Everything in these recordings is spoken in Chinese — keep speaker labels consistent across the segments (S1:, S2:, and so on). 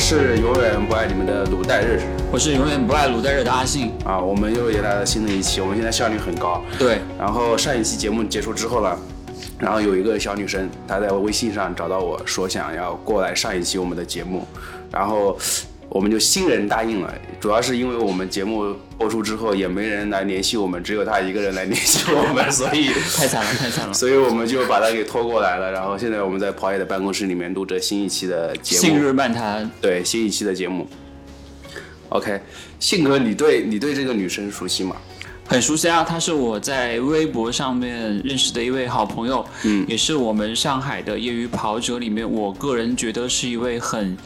S1: 是永远不爱你们的卤蛋日
S2: 我是永远不爱卤蛋热的阿信。
S1: 啊，我们又迎来了新的一期，我们现在效率很高。
S2: 对，
S1: 然后上一期节目结束之后呢，然后有一个小女生，她在微信上找到我说想要过来上一期我们的节目，然后我们就欣然答应了。主要是因为我们节目播出之后也没人来联系我们，只有她一个人来联系我们，所以
S2: 太惨了，太惨了。
S1: 所以我们就把她给拖过来了。然后现在我们在跑野的办公室里面录着新一期的 节目。
S2: 信日漫谈，
S1: 对新一期的节目。OK，信哥，你对你对这个女生熟悉吗？
S2: 很熟悉啊，她是我在微博上面认识的一位好朋友，
S1: 嗯
S2: 也是我们上海的业余跑者里面，我个人觉得是一位很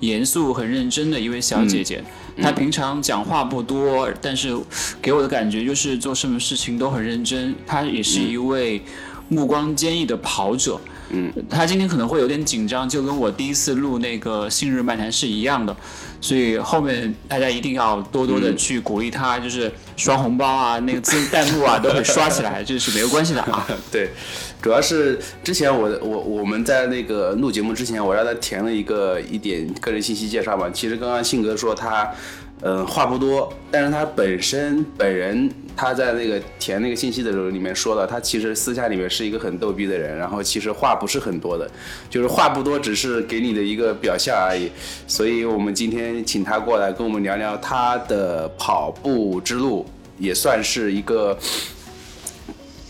S2: 严肃、很认真的一位小姐姐。
S1: 嗯
S2: 她平常讲话不多，但是给我的感觉就是做什么事情都很认真。她也是一位目光坚毅的跑者。
S1: 嗯，
S2: 她今天可能会有点紧张，就跟我第一次录那个《信日漫谈》是一样的。所以后面大家一定要多多的去鼓励他，就是刷红包啊，那个字弹幕啊都可以刷起来，这是没有关系的 啊。
S1: 对，主要是之前我我我们在那个录节目之前，我让他填了一个一点个人信息介绍嘛。其实刚刚信哥说他，呃，话不多，但是他本身本人他在那个填那个信息的时候里面说了，他其实私下里面是一个很逗逼的人，然后其实话不是很多的，就是话不多，只是给你的一个表象而已。所以我们今天请他过来跟我们聊聊他的跑步之路，也算是一个。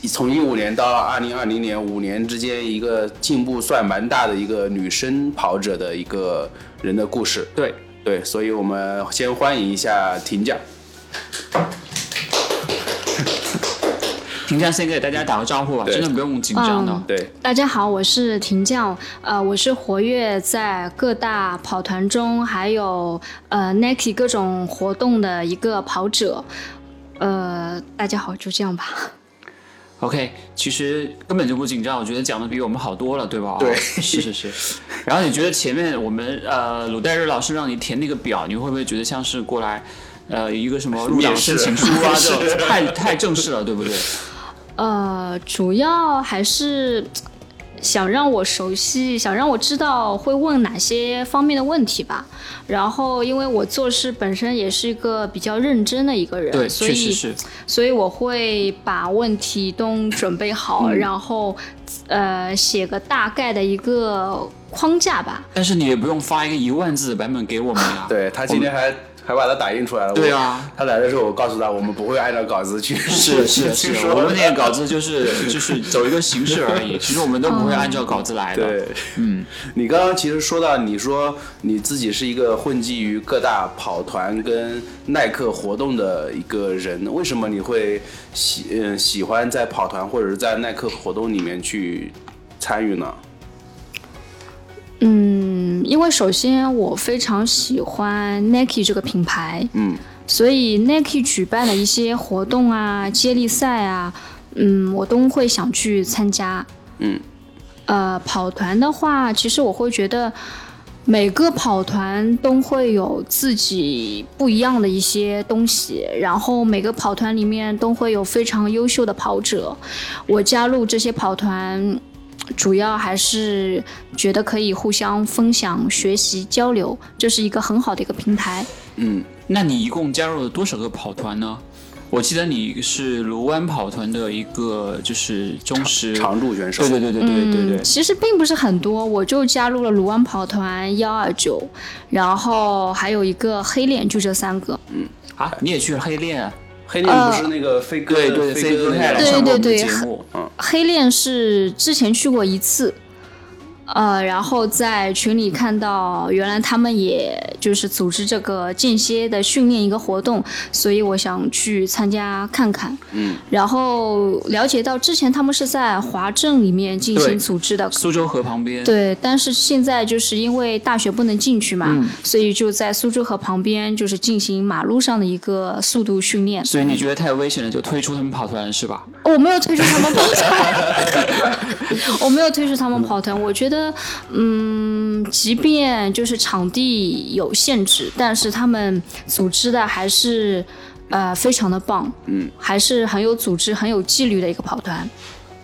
S1: 从一五年到二零二零年五年之间，一个进步算蛮大的一个女生跑者的一个人的故事。
S2: 对，
S1: 对，所以我们先欢迎一下婷酱。
S2: 婷酱先给大家打个招呼吧，
S1: 对
S2: 真的不用紧张的
S3: 嗯。
S1: 对，
S3: 大家好，我是婷酱，呃，我是活跃在各大跑团中，还有呃 Nike 各种活动的一个跑者，呃，大家好，就这样吧。
S2: OK，其实根本就不紧张，我觉得讲的比我们好多了，对吧？哦
S1: 对
S2: 是是是。 然后你觉得前面我们呃鲁代日老师让你填那个表，你会不会觉得像是过来呃一个什么入党
S1: 面试
S2: 申请书啊，
S1: 面试
S2: 这 种太太正式了，对不对？
S3: 呃，主要还是想让我熟悉，想让我知道会问哪些方面的问题吧。然后，因为我做事本身也是一个比较认真的一个人，
S2: 对，
S3: 所
S2: 确实
S3: 以
S2: 是。
S3: 所以我会把问题都准备好，然后呃写个大概的一个框架吧。
S2: 但是你也不用发一个一万字的版本给我们呀、
S1: 对他今天还还把它打印出来了。
S2: 对
S1: 我
S2: 啊，
S1: 他来的时候我告诉他，我们不会按照稿子去
S2: 是是
S1: 去
S2: 是，
S1: 说
S2: 我们那个稿子就是就是走一个形式而已，其实我们都不
S3: 嗯
S2: 会按照稿子来的。
S1: 对，嗯， 你刚刚其实说到，你说你自己是一个混迹于各大跑团跟耐克活动的一个人，为什么你会喜嗯喜欢在跑团或者是在耐克活动里面去参与呢？
S3: 嗯，因为首先我非常喜欢 Nike 这个品牌，
S1: 嗯，
S3: 所以 Nike 举办的一些活动啊、接力赛啊，嗯，我都会想去参加。
S1: 嗯，
S3: 呃，跑团的话，其实我会觉得每个跑团都会有自己不一样的一些东西，然后每个跑团里面都会有非常优秀的跑者。我加入这些跑团，主要还是觉得可以互相分享、学习、交流，这是一个很好的一个平台。
S1: 嗯，
S2: 那你一共加入了多少个跑团呢？我记得你是卢湾跑团的一个就是忠实，
S1: 常驻选手。
S2: 对对对对对对对
S3: 嗯，。其实并不是很多，我就加入了卢湾跑团幺二九，然后还有一个黑链，就这三个。
S2: 啊，你也去了黑链啊？
S1: 黑链不是那个飞哥，
S2: 对对，飞
S1: 哥
S2: 哥
S1: 那
S2: 来
S1: 个
S2: 上过我们的
S3: 呃对对
S2: 节
S3: 对
S2: 目，
S3: 黑链是之前去过一次，呃，然后在群里看到原来他们也就是组织这个间歇的训练一个活动，所以我想去参加看看。
S1: 嗯，
S3: 然后了解到之前他们是在华政里面进
S2: 对
S3: 行组织的。
S2: 苏州河旁边。
S3: 对，但是现在就是因为大学不能进去嘛，
S2: 嗯
S3: 所以就在苏州河旁边，就是进行马路上的一个速度训练。
S2: 所以你觉得太危险了，就退出他们跑团是吧？
S3: 我没有推出他们跑团，我没有推出他们跑团。我觉得，嗯，即便就是场地有限制，但是他们组织的还是呃非常的棒，
S1: 嗯，
S3: 还是很有组织、很有纪律的一个跑团。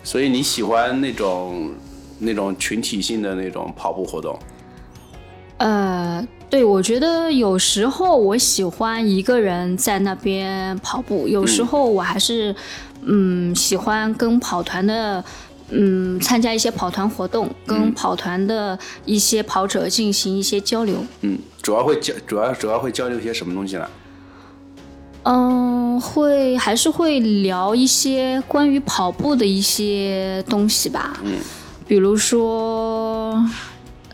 S1: 所以你喜欢那种那种群体性的那种跑步活动？
S3: 呃，对，我觉得有时候我喜欢一个人在那边跑步，有时候我还是嗯喜欢跟跑团的。嗯，参加一些跑团活动，跟跑团的一些跑者进行一些交流。
S1: 嗯，主要会交主要主要会交流些什么东西呢？
S3: 嗯，会还是会聊一些关于跑步的一些东西吧。嗯，比如说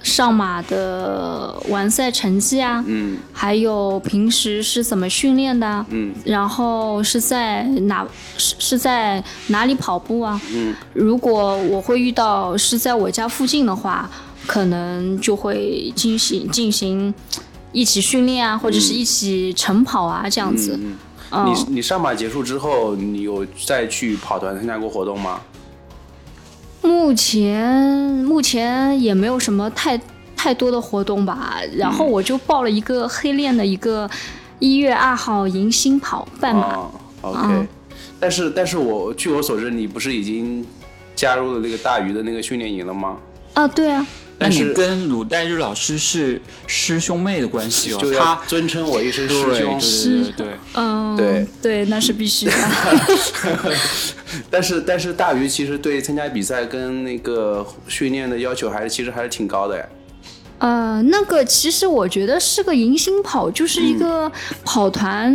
S3: 上马的完赛成绩啊，嗯，还有平时是怎么训练的啊，嗯，然后是在哪是是在哪里跑步啊？嗯，如果我会遇到是在我家附近的话，可能就会进行进行。一起训练啊，或者是一起晨跑啊，这样子。
S1: 嗯，
S3: 嗯
S1: 你你上马结束之后，你有再去跑团参加过活动吗？
S3: 目前目前也没有什么太太多的活动吧，然后我就报了一个黑练的一个一月二号迎新跑半马。
S1: 啊，OK、
S3: 嗯
S1: 但是但是我据我所知，你不是已经加入了那个大鱼的那个训练营了吗？
S3: 啊，对啊，
S2: 那
S1: 但
S2: 你
S1: 是
S2: 跟鲁代日老师是师兄妹的关系哦
S1: 就，要
S2: 他
S1: 尊称我一声
S2: 对
S1: 师
S2: 对
S1: 兄。
S2: 对对对，
S3: 嗯，
S1: 对
S3: 对，那是必须的。
S1: 但是但是大鱼其实对参加比赛跟那个训练的要求还是其实还是挺高的哎。
S3: 呃，那个其实我觉得是个迎新跑，就是一个跑团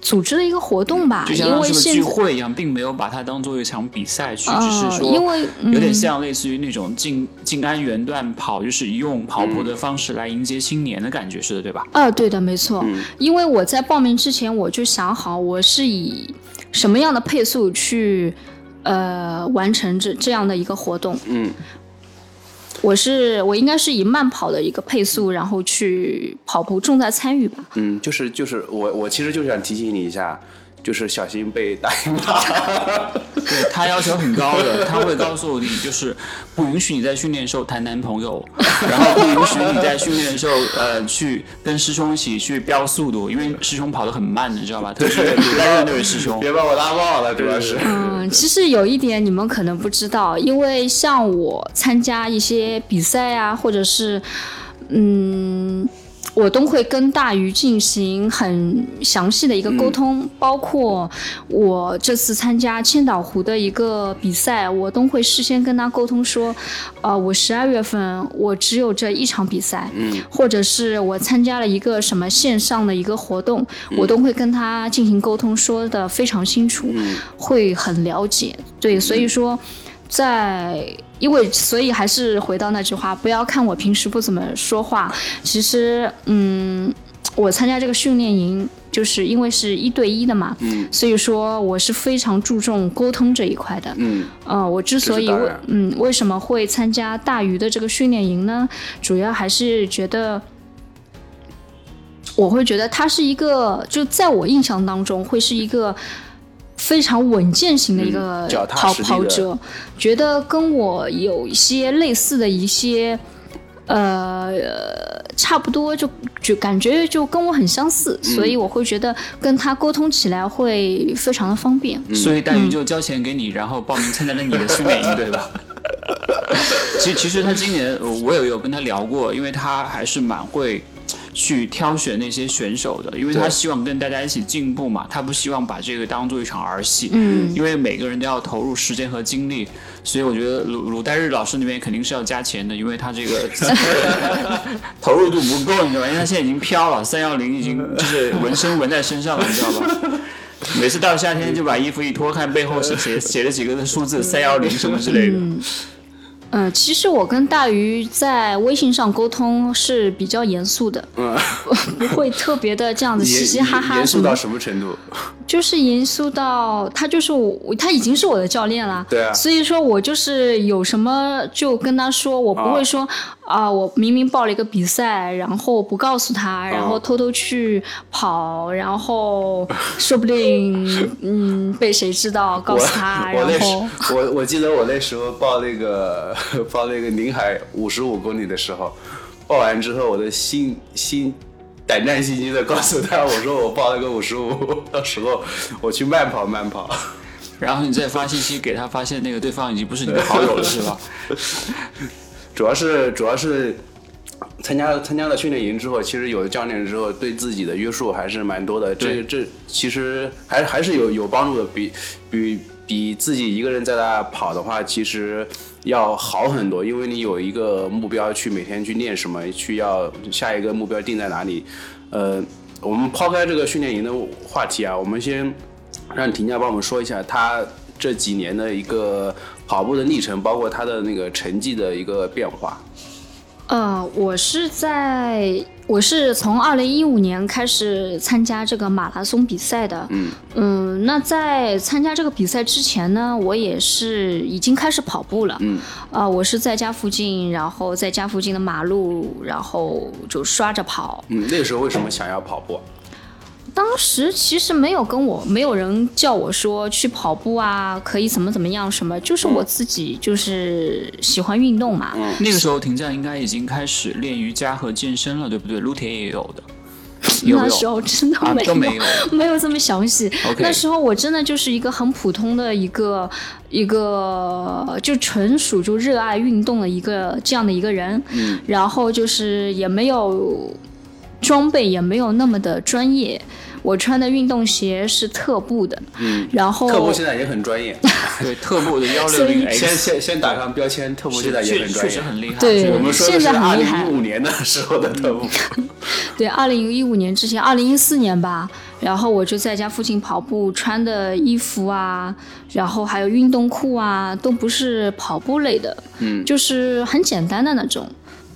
S3: 组织的一个活动吧，
S2: 就
S3: 因
S2: 像
S3: 为
S2: 是个
S3: 现
S2: 聚
S3: 在
S2: 会一样，并没有把它当做一场比赛去，
S3: 啊
S2: 只是说
S3: 因为嗯
S2: 有点像类似于那种静静安园段跑，就是用跑步的方式来迎接新年的感觉似的，对吧？
S3: 啊，对的，没错。因为我在报名之前，我就想好我是以什么样的配速去呃完成这这样的一个活动。
S1: 嗯，
S3: 我是我应该是以慢跑的一个配速，然后去跑步，重在参与吧。
S1: 嗯，就是就是我我其实就是想提醒你一下，就是小心被大 姨骂。
S2: 对他要求很高 的，他会告诉你，就是不允许你在训练的时候谈男朋 友，然后不允许你在训练的时候，呃，去跟师兄一起去飙速度，因为师兄跑得很慢，你知道吧？特别是鲁代日那位师兄，
S1: 别把我拉爆了，主要是。
S3: 嗯，其实有一点你们可能不知道，因为像我参加一些比赛啊，或者是嗯，我都会跟大鱼进行很详细的一个沟通，包括我这次参加千岛湖的一个比赛，我都会事先跟他沟通说，呃，我十二月份我只有这一场比赛，嗯，或者是我参加了一个什么线上的一个活动，我都会跟他进行沟通，说的非常清楚，会很了解，对，所以说。在，因为所以还是回到那句话，不要看我平时不怎么说话，其实嗯，我参加这个训练营，就是因为是一对一的嘛，嗯，所以说我是非常注重沟通这一块的，
S1: 嗯，
S3: 呃，我之所以
S1: 这是当
S3: 为
S1: 然
S3: 嗯为什么会参加大鱼的这个训练营呢？主要还是觉得。我会觉得它是一个，就在我印象当中，会是一个非常稳健型的一个
S1: 嗯脚踏
S3: 跑、
S1: 实地的
S3: 跑者，觉得跟我有一些类似的一些，呃，差不多就就感觉就跟我很相似，所以我会觉得跟他沟通起来会非常的方便。
S2: 所以大鱼就交钱给你，然后报名参加了你的训练 营，对吧？其实，其实他今年呃我也有跟他聊过，因为他还是蛮会去挑选那些选手的，因为他
S1: 对
S2: 希望跟大家一起进步嘛，他不希望把这个当做一场儿戏，
S3: 嗯
S2: 因为每个人都要投入时间和精力，所以我觉得鲁鲁代日老师那边肯定是要加钱的，因为他这个投入度不够，你知道吧？因为他现在已经飘了，三幺零已经就是纹身纹在身上了，你知道吧？每次到夏天就把衣服一脱，看背后是写写了几个数字三幺零什么之类的。
S3: 嗯，其实我跟大鱼在微信上沟通是比较严肃的，
S1: 嗯，
S3: 不会特别的这样子
S1: 严
S3: 嘻嘻哈哈
S1: 严
S3: 什
S1: 肃
S3: 么
S1: 到
S3: 的，
S1: 什么程度？
S3: 就是严肃到他就是我，他已经是我的教练了。
S1: 对啊
S3: 所以说我就是有什么就跟他说，我不会说啊、我明明报了一个比赛，然后不告诉他，然
S1: 啊
S3: 后偷偷去跑，然后说 不定嗯被谁知道告
S1: 我
S3: 诉他，
S1: 我那
S3: 然后
S1: 时我我记得我那时候报那个报那个宁海五十五公里的时候，报完之后我的心心。胆战心惊的告诉他，我说我报了个五十五，到时候我去慢跑慢跑。
S2: 然后你再发信息给他，发现那个 对方已经不是你的好友了，是吧？
S1: 主要是主要是参加参加了训练营之后，其实有了教练之后，对自己的约束还是蛮多的。这
S2: 对
S1: 这其实还还是有有帮助的，比比比自己一个人在那跑的话，其实要好很多，因为你有一个目标去每天去练什么，去要下一个目标定在哪里。呃，我们抛开这个训练营的话题啊，我们先让婷佳帮我们说一下她这几年的一个跑步的历程，包括她的那个成绩的一个变化。
S3: 呃，我是在我是从二零一五年开始参加这个马拉松比赛的。嗯那在参加这个比赛之前呢，我也是已经开始跑步了。嗯，啊，我是在家附近，然后在家附近的马路，然后就刷着跑。
S1: 嗯，那个时候为什么想要跑步啊？
S3: 哦当时其实没有跟我，没有人叫我说去跑步啊，可以怎么怎么样什么，就是我自己就是喜欢运动嘛。
S2: 那个时候停战应该已经开始练瑜伽和健身了，对不对？撸铁也有的，有
S3: 那
S2: 没
S3: 时
S2: 有？
S3: 候真的
S2: 啊，
S3: 没有，
S2: 都没有。
S3: 没有这么详细。
S2: OK
S3: 那时候我真的就是一个很普通的一个一个，就纯属就热爱运动的一个这样的一个人。嗯，然后就是也没有装备，也没有那么的专业。我穿的运动鞋是特步的，嗯，然后
S1: 特步现在也很专 业，
S2: 对，特步的幺六
S3: 所以
S2: 零
S1: 先
S2: X，
S1: 先先打上标签，特步现在也
S2: 确
S1: 很
S2: 确
S1: 专
S2: 实
S1: 业。
S2: 很厉害。
S3: 对
S2: 确实
S1: 我们说的是
S3: 现在
S1: 二
S3: 很厉
S1: 零
S3: 害
S1: 一五年的时候的特 步，
S3: 对，二零一五年之前，二零一四年吧，然后我就在家附近跑步，穿的衣服啊，然后还有运动裤啊，都不是跑步类的，嗯，就是很简单的那种，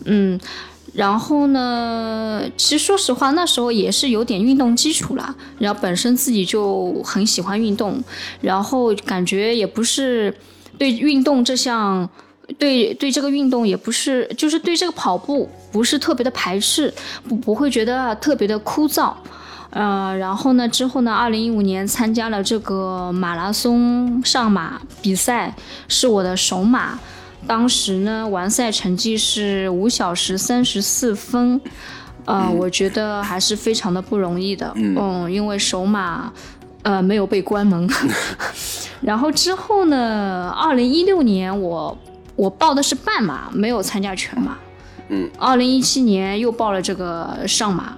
S3: 嗯。然后呢，其实说实话，那时候也是有点运动基础啦。然后本身自己就很喜欢运动，然后感觉也不是对运动这项，对对这个运动也不是，就是对这个跑步不是特别的排斥，不不会觉得特别的枯燥。呃，然后呢，之后呢，二零一五年参加了这个马拉松上马比赛，是我的首马。当时呢，完赛成绩是五小时三十四分，呃，我觉得还是非常的不容易的。嗯，因为首马，呃，没有被关门。然后之后呢，二零一六年我我报的是半马，没有参加全马。
S1: 嗯，
S3: 二零一七年又报了这个上马，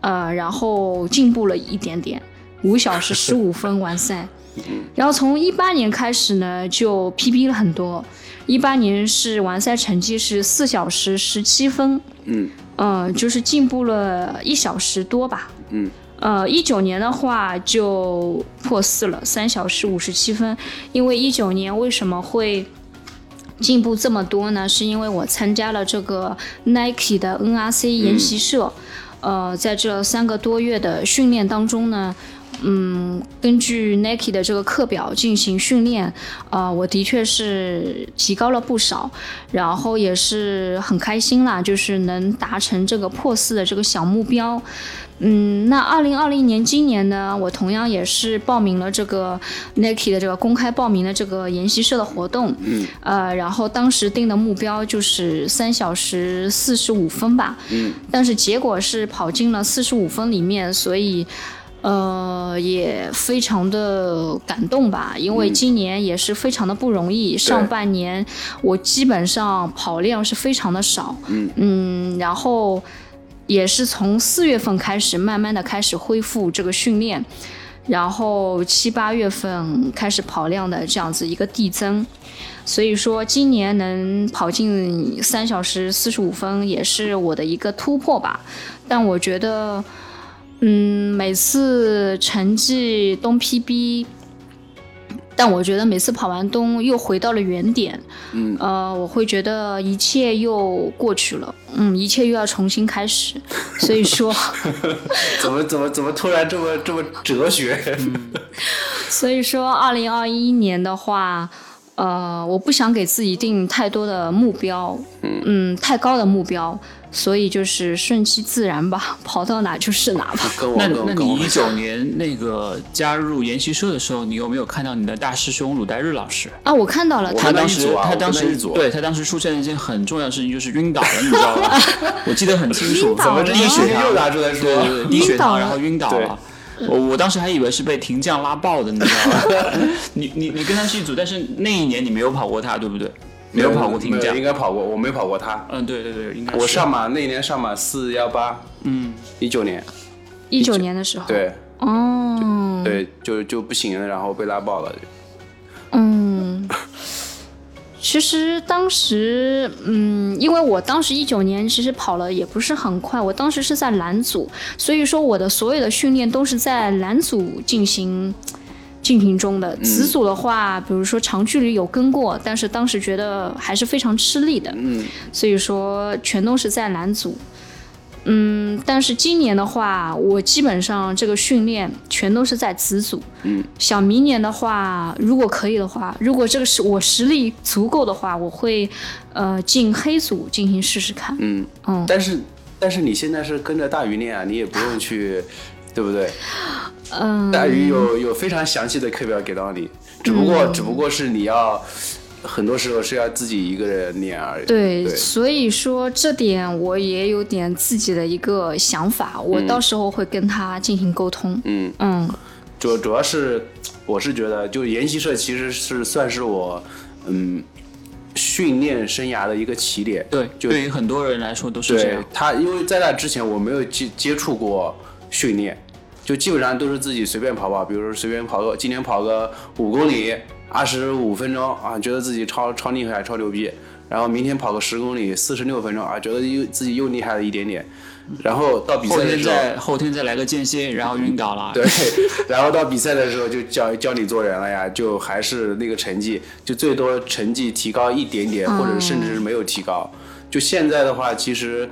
S3: 呃，然后进步了一点点，五小时十五分完赛。然后从一八年开始呢，就 PB 了很多。一八年是完赛成绩是四小时十七分，
S1: 嗯
S3: 呃，就是进步了一小时多吧。
S1: 嗯，
S3: 呃，一九年的话就破四了，三小时五十七分。因为一九年为什么会进步这么多呢？是因为我参加了这个 Nike 的 NRC 研习社，呃，在这三个多月的训练当中呢。嗯，根据 Nike 的这个课表进行训练，呃，我的确是提高了不少，然后也是很开心啦，就是能达成这个破四的这个小目标。嗯，那二零二零年今年呢，我同样也是报名了这个 Nike 的这个公开报名的这个研习社的活动，嗯，呃，然后当时定的目标就是三小时四十五分吧，嗯，但是结果是跑进了四十五分里面，所以。呃，也非常的感动吧，因为今年也是非常的不容易。上半年我基本上跑量是非常的少，嗯然后也是从四月份开始，慢慢的开始恢复这个训练，然后七八月份开始跑量的这样子一个递增，所以说今年能跑进三小时四十五分也是我的一个突破吧，但我觉得。嗯，每次成绩东 PB，但我觉得每次跑完东又回到了原点，嗯，呃，我会觉得一切又过去了，嗯，一切又要重新开始，所以 说，
S1: 怎么怎么怎么突然这么这么哲学？
S3: 所以说，二零二一年的话，呃，我不想给自己定太多的目标，嗯太高的目标，所以就是顺其自然吧，跑到哪就是哪吧。
S1: 跟我
S2: 那
S1: 跟我
S2: 那
S1: 跟我
S2: 你一九年那个加入研习社的时候，你有没有看到你的大师兄鲁代日老师？
S3: 啊，我看到了，
S1: 我
S3: 他
S2: 他
S1: 跟他
S2: 当
S1: 一
S2: 时
S1: 组啊，
S2: 他
S1: 我
S2: 当
S1: 跟他
S2: 时
S1: 一组
S2: 对他当时出现了一件很重要的事情，就是晕倒了，你知道吗？我记得很清楚，
S3: 晕倒了
S2: 这
S1: 这
S2: 低
S1: 一啊
S2: 血
S1: 学期
S2: 糖
S1: 又拿出来
S2: 啊对对对，
S1: 说，
S2: 低血
S3: 晕倒
S2: 糖，
S3: 了
S2: 然后晕倒了。我我当时还以为是被停 降拉爆的，你知道吗？你你你跟他是一组，但是那一年你没有跑过他，对不对？没有跑过
S1: 没
S2: 听
S1: 有
S2: 架
S1: 应。该跑过，我没跑过他。
S2: 嗯，对对对，应
S3: 啊
S2: 该是
S1: 我上马那年上马四幺八，
S2: 嗯，
S1: 一九年，
S3: 一九年的时候，，
S1: 对
S3: 哦，
S1: 对，就就不行了，然后被拉爆了。
S3: 嗯，其实当时，嗯，因为我当时一九年其实跑了也不是很快，我当时是在蓝组，所以说我的所有的训练都是在蓝组进行。进行中的子组的话，比如说长距离有跟过，但是当时觉得还是非常吃力的，
S1: 嗯，
S3: 所以说全都是在蓝组。嗯，但是今年的话，我基本上这个训练全都是在子组。
S1: 嗯，
S3: 想明年的话，如果可以的话，如果这个是我实力足够的话，我会呃进黑组进行试试看。
S1: 嗯，
S3: 嗯，
S1: 但是但是你现在是跟着大鱼练啊，你也不用 去，对不对？
S3: 嗯，
S1: 大鱼有有非常详细的课表给到你，只不
S3: 嗯
S1: 过、只不过是你要，很多时候是要自己一个人练而已。
S3: 对，
S1: 对
S3: 所以说这点我也有点自己的一个想法，我到时候会跟他进行沟通。
S1: 嗯，
S3: 嗯
S1: 主主要是我是觉得，就研习社其实是算是我嗯训练生涯的一个起点。
S2: 对，
S1: 就
S2: 对于很多人来说都是这
S1: 对
S2: 样。
S1: 他，因为在那之前我没有接接触过训练，就基本上都是自己随便跑跑，比如说随便跑个今天跑个五公里，二十五分钟啊，觉得自己超超厉害、超牛逼，然后明天跑个十公里，四十六分钟啊，觉得又自己又厉害了一点点，然后到比赛
S2: 后
S1: 的
S2: 天
S1: 时候。
S2: 再后天再来个间歇，然后晕倒了。
S1: 对，然后到比赛的时候就教教你做人了呀，就还是那个成绩，就最多成绩提高一点点，或者甚
S3: 嗯
S1: 至是没有提高。就现在的话，其实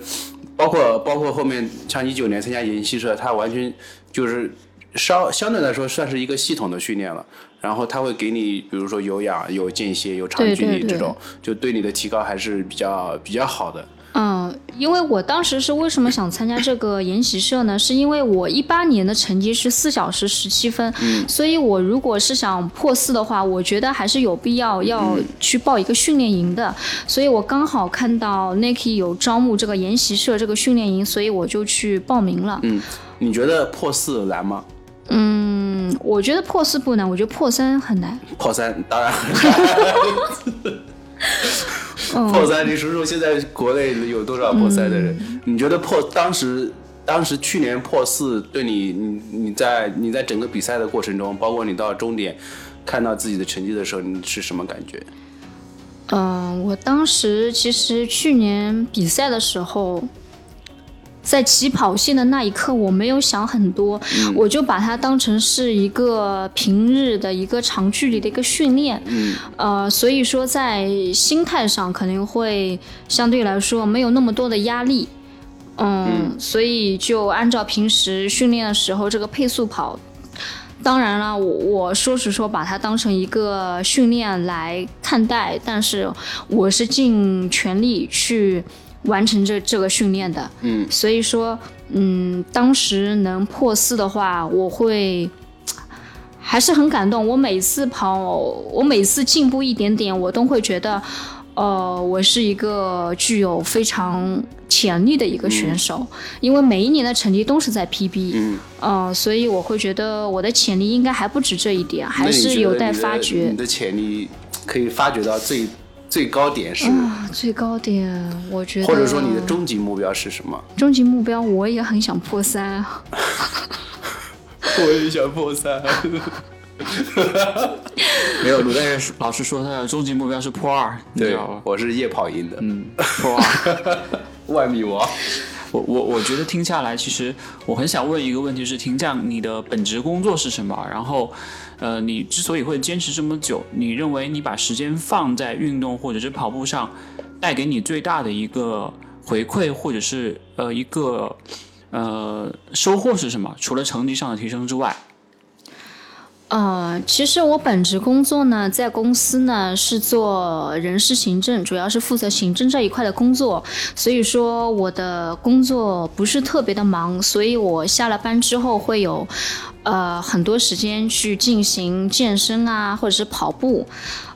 S1: 包括包括后面像一九年参加研习社，它完全就是稍相对来说算是一个系统的训练了。然后它会给你，比如说有氧、有间歇、有长
S3: 对
S1: 距离
S3: 对对
S1: 这种，就对你的提高还是比较比较好的。
S3: 嗯，因为我当时是为什么想参加这个研习社呢？是因为我一八年的成绩是四小时十七分，所以我如果是想破四的话，我觉得还是有必要要去报一个训练营的。所以我刚好看到 Nike 有招募这个研习社这个训练营，所以我就去报名了。
S1: 嗯，你觉得破四难吗？
S3: 嗯，我觉得破四不难，我觉得破三很难。
S1: 破三当然很难。破
S3: 嗯，
S1: 三，你数数现在国内有多少破三的人？你觉得破当时当时去年破四对你，你你在你在整个比赛的过程中，包括你到终点看到自己的成绩的时候，你是什么感觉？
S3: 嗯，我当时其实去年比赛的时候，在起跑线的那一刻，我没有想很多，我就把它当成是一个平日的一个长距离的一个训练。
S1: 嗯，
S3: 呃，所以说在心态上肯定会相对来说没有那么多的压力。嗯，所以就按照平时训练的时候这个配速跑。当然了，我我说是说把它当成一个训练来看待，但是我是尽全力去完成这这个训练的。
S1: 嗯，
S3: 所以说，嗯，当时能破四的话，我会还是很感动。我每次跑，我每次进步一点点，我都会觉得，呃，我是一个具有非常潜力的一个选手，因为每一年的成绩都是在 PB，
S1: 嗯，
S3: 呃，所以我会觉得我的潜力应该还不止这一点，还
S1: 那你
S3: 是
S1: 觉得
S3: 有
S1: 你
S3: 待
S1: 的
S3: 发掘
S1: 你。的潜力可以发掘到最最高点是，
S3: 啊，最高点，我觉得，
S1: 或者说你的终极目标是什么？
S3: 终极目标，我也很想破三啊。
S1: 我也想破三。
S2: 没有，鲁大爷老师说他的终极目标是破二，你知
S1: 对
S2: 道吧，？
S1: 我是夜跑赢的，
S2: 嗯，破二。
S1: 万米王。
S2: 我我我觉得听下来，其实我很想问一个问题是：婷酱，你的本职工作是什么？然后，呃，你之所以会坚持这么久，你认为你把时间放在运动或者是跑步上，带给你最大的一个回馈，或者是呃一个呃收获是什么？除了成绩上的提升之外，
S3: 呃，其实我本职工作呢，在公司呢是做人事行政，主要是负责行政这一块的工作，所以说我的工作不是特别的忙，所以我下了班之后会有，呃，很多时间去进行健身啊，或者是跑步，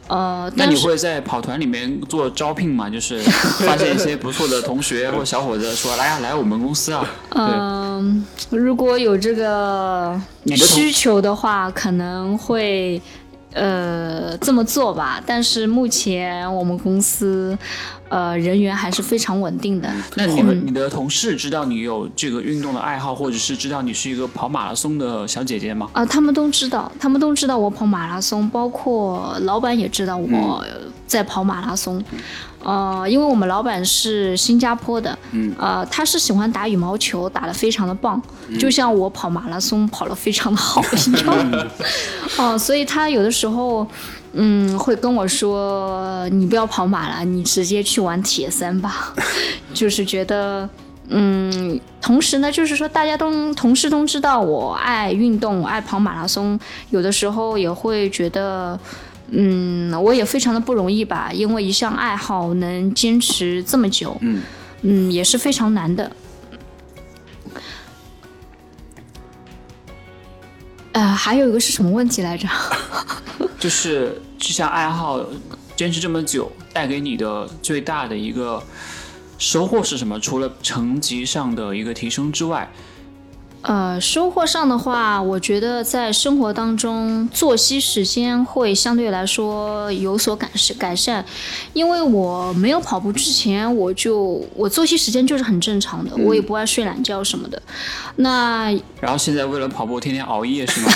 S3: 呃，
S2: 那
S3: 但
S2: 你
S3: 是
S2: 会在跑团里面做招聘吗？就是发现一些不错的同学或小伙子，说来哎呀、来我们公司啊。对，
S3: 嗯，如果有这个
S2: 你的同
S3: 需求的话，可能会呃这么做吧。但是目前我们公司呃人员还是非常稳定的。
S2: 那你们你的同事知道你有这个运动的爱好，或者是知道你是一个跑马拉松的小姐姐吗？
S3: 啊、他们都知道，他们都知道我跑马拉松，包括老板也知道我在跑马拉松。呃，因为我们老板是新加坡的，嗯，呃，他是喜欢打羽毛球，打得非常的棒，就像我跑马拉松跑得非常的好一 样。哦、所以他有的时候，嗯，会跟我说，你不要跑马了，你直接去玩铁三吧， 就是觉得。嗯，同时呢，就是说大家都同事都知道我爱运动，我爱跑马拉松，有的时候也会觉得，嗯，我也非常的不容易吧，因为一项爱好能坚持这么久，
S1: 嗯
S3: 嗯，也是非常难的。呃，还有一个是什么问题来着？
S2: 就是这项爱好坚持这么久，带给你的最大的一个收获是什么？除了成绩上的一个提升之外，
S3: 呃，收获上的话，我觉得在生活当中作息时间会相对来说有所改善改善，因为我没有跑步之前，我就我作息时间就是很正常的，我也不爱睡懒觉什么的。那
S2: 然后现在为了跑步天天熬夜是吗？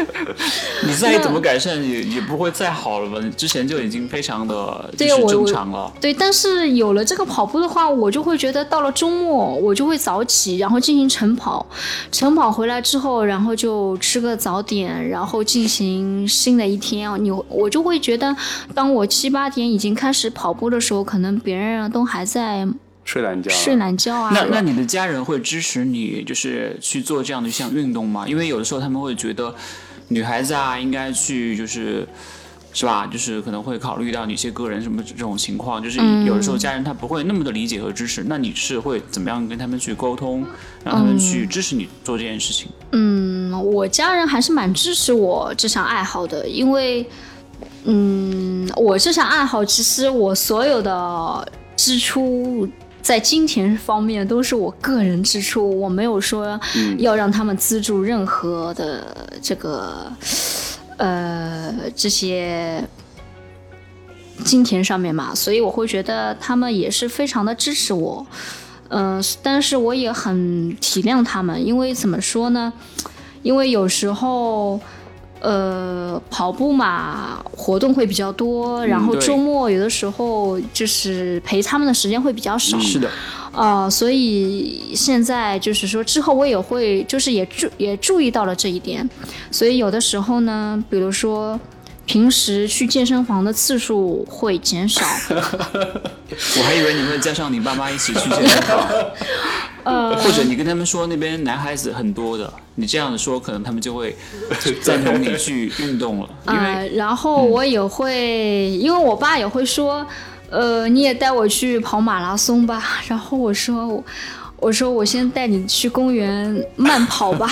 S2: 你再怎么改善也也不会再好了吧？你之前就已经非常的就
S3: 对
S2: 是
S3: 我
S2: 正常了。
S3: 对，但是有了这个跑步的话，我就会觉得到了周末，我就会早起，然后进行晨跑。晨跑回来之后，然后就吃个早点，然后进行新的一天。你我就会觉得，当我七八点已经开始跑步的时候，可能别人都还在
S1: 睡懒觉啊，
S3: 睡懒觉啊。
S2: 那那你的家人会支持你就是去做这样的一项运动吗？因为有的时候他们会觉得女孩子啊应该去就是是吧，就是可能会考虑到你一些个人什么这种情况，就是有的时候家人他不会那么的理解和支持。那你是会怎么样跟他们去沟通，让他们去支持你做这件事情？
S3: 嗯，我家人还是蛮支持我这项爱好的，因为，嗯，我这项爱好其实我所有的支出在金钱方面都是我个人支出，我没有说要让他们资助任何的这个，呃，这些金钱上面嘛，所以我会觉得他们也是非常的支持我。嗯，但是我也很体谅他们，因为怎么说呢？因为有时候，呃，跑步嘛，活动会比较多，然后
S2: 嗯对
S3: 周末有的时候就是陪他们的时间会比较少，
S2: 是的，
S3: 呃，所以现在就是说，之后我也会，就是也注也注意到了这一点，所以有的时候呢，比如说平时去健身房的次数会减少，
S2: 我还以为你会加上你爸妈一起去健身房，或者你跟他们说那边男孩子很多的，你这样说可能他们就会赞同你去运动了，因为
S3: 啊，然后我也会，因为我爸也会说，呃，你也带我去跑马拉松吧。然后我说，我我说我先带你去公园慢 跑吧，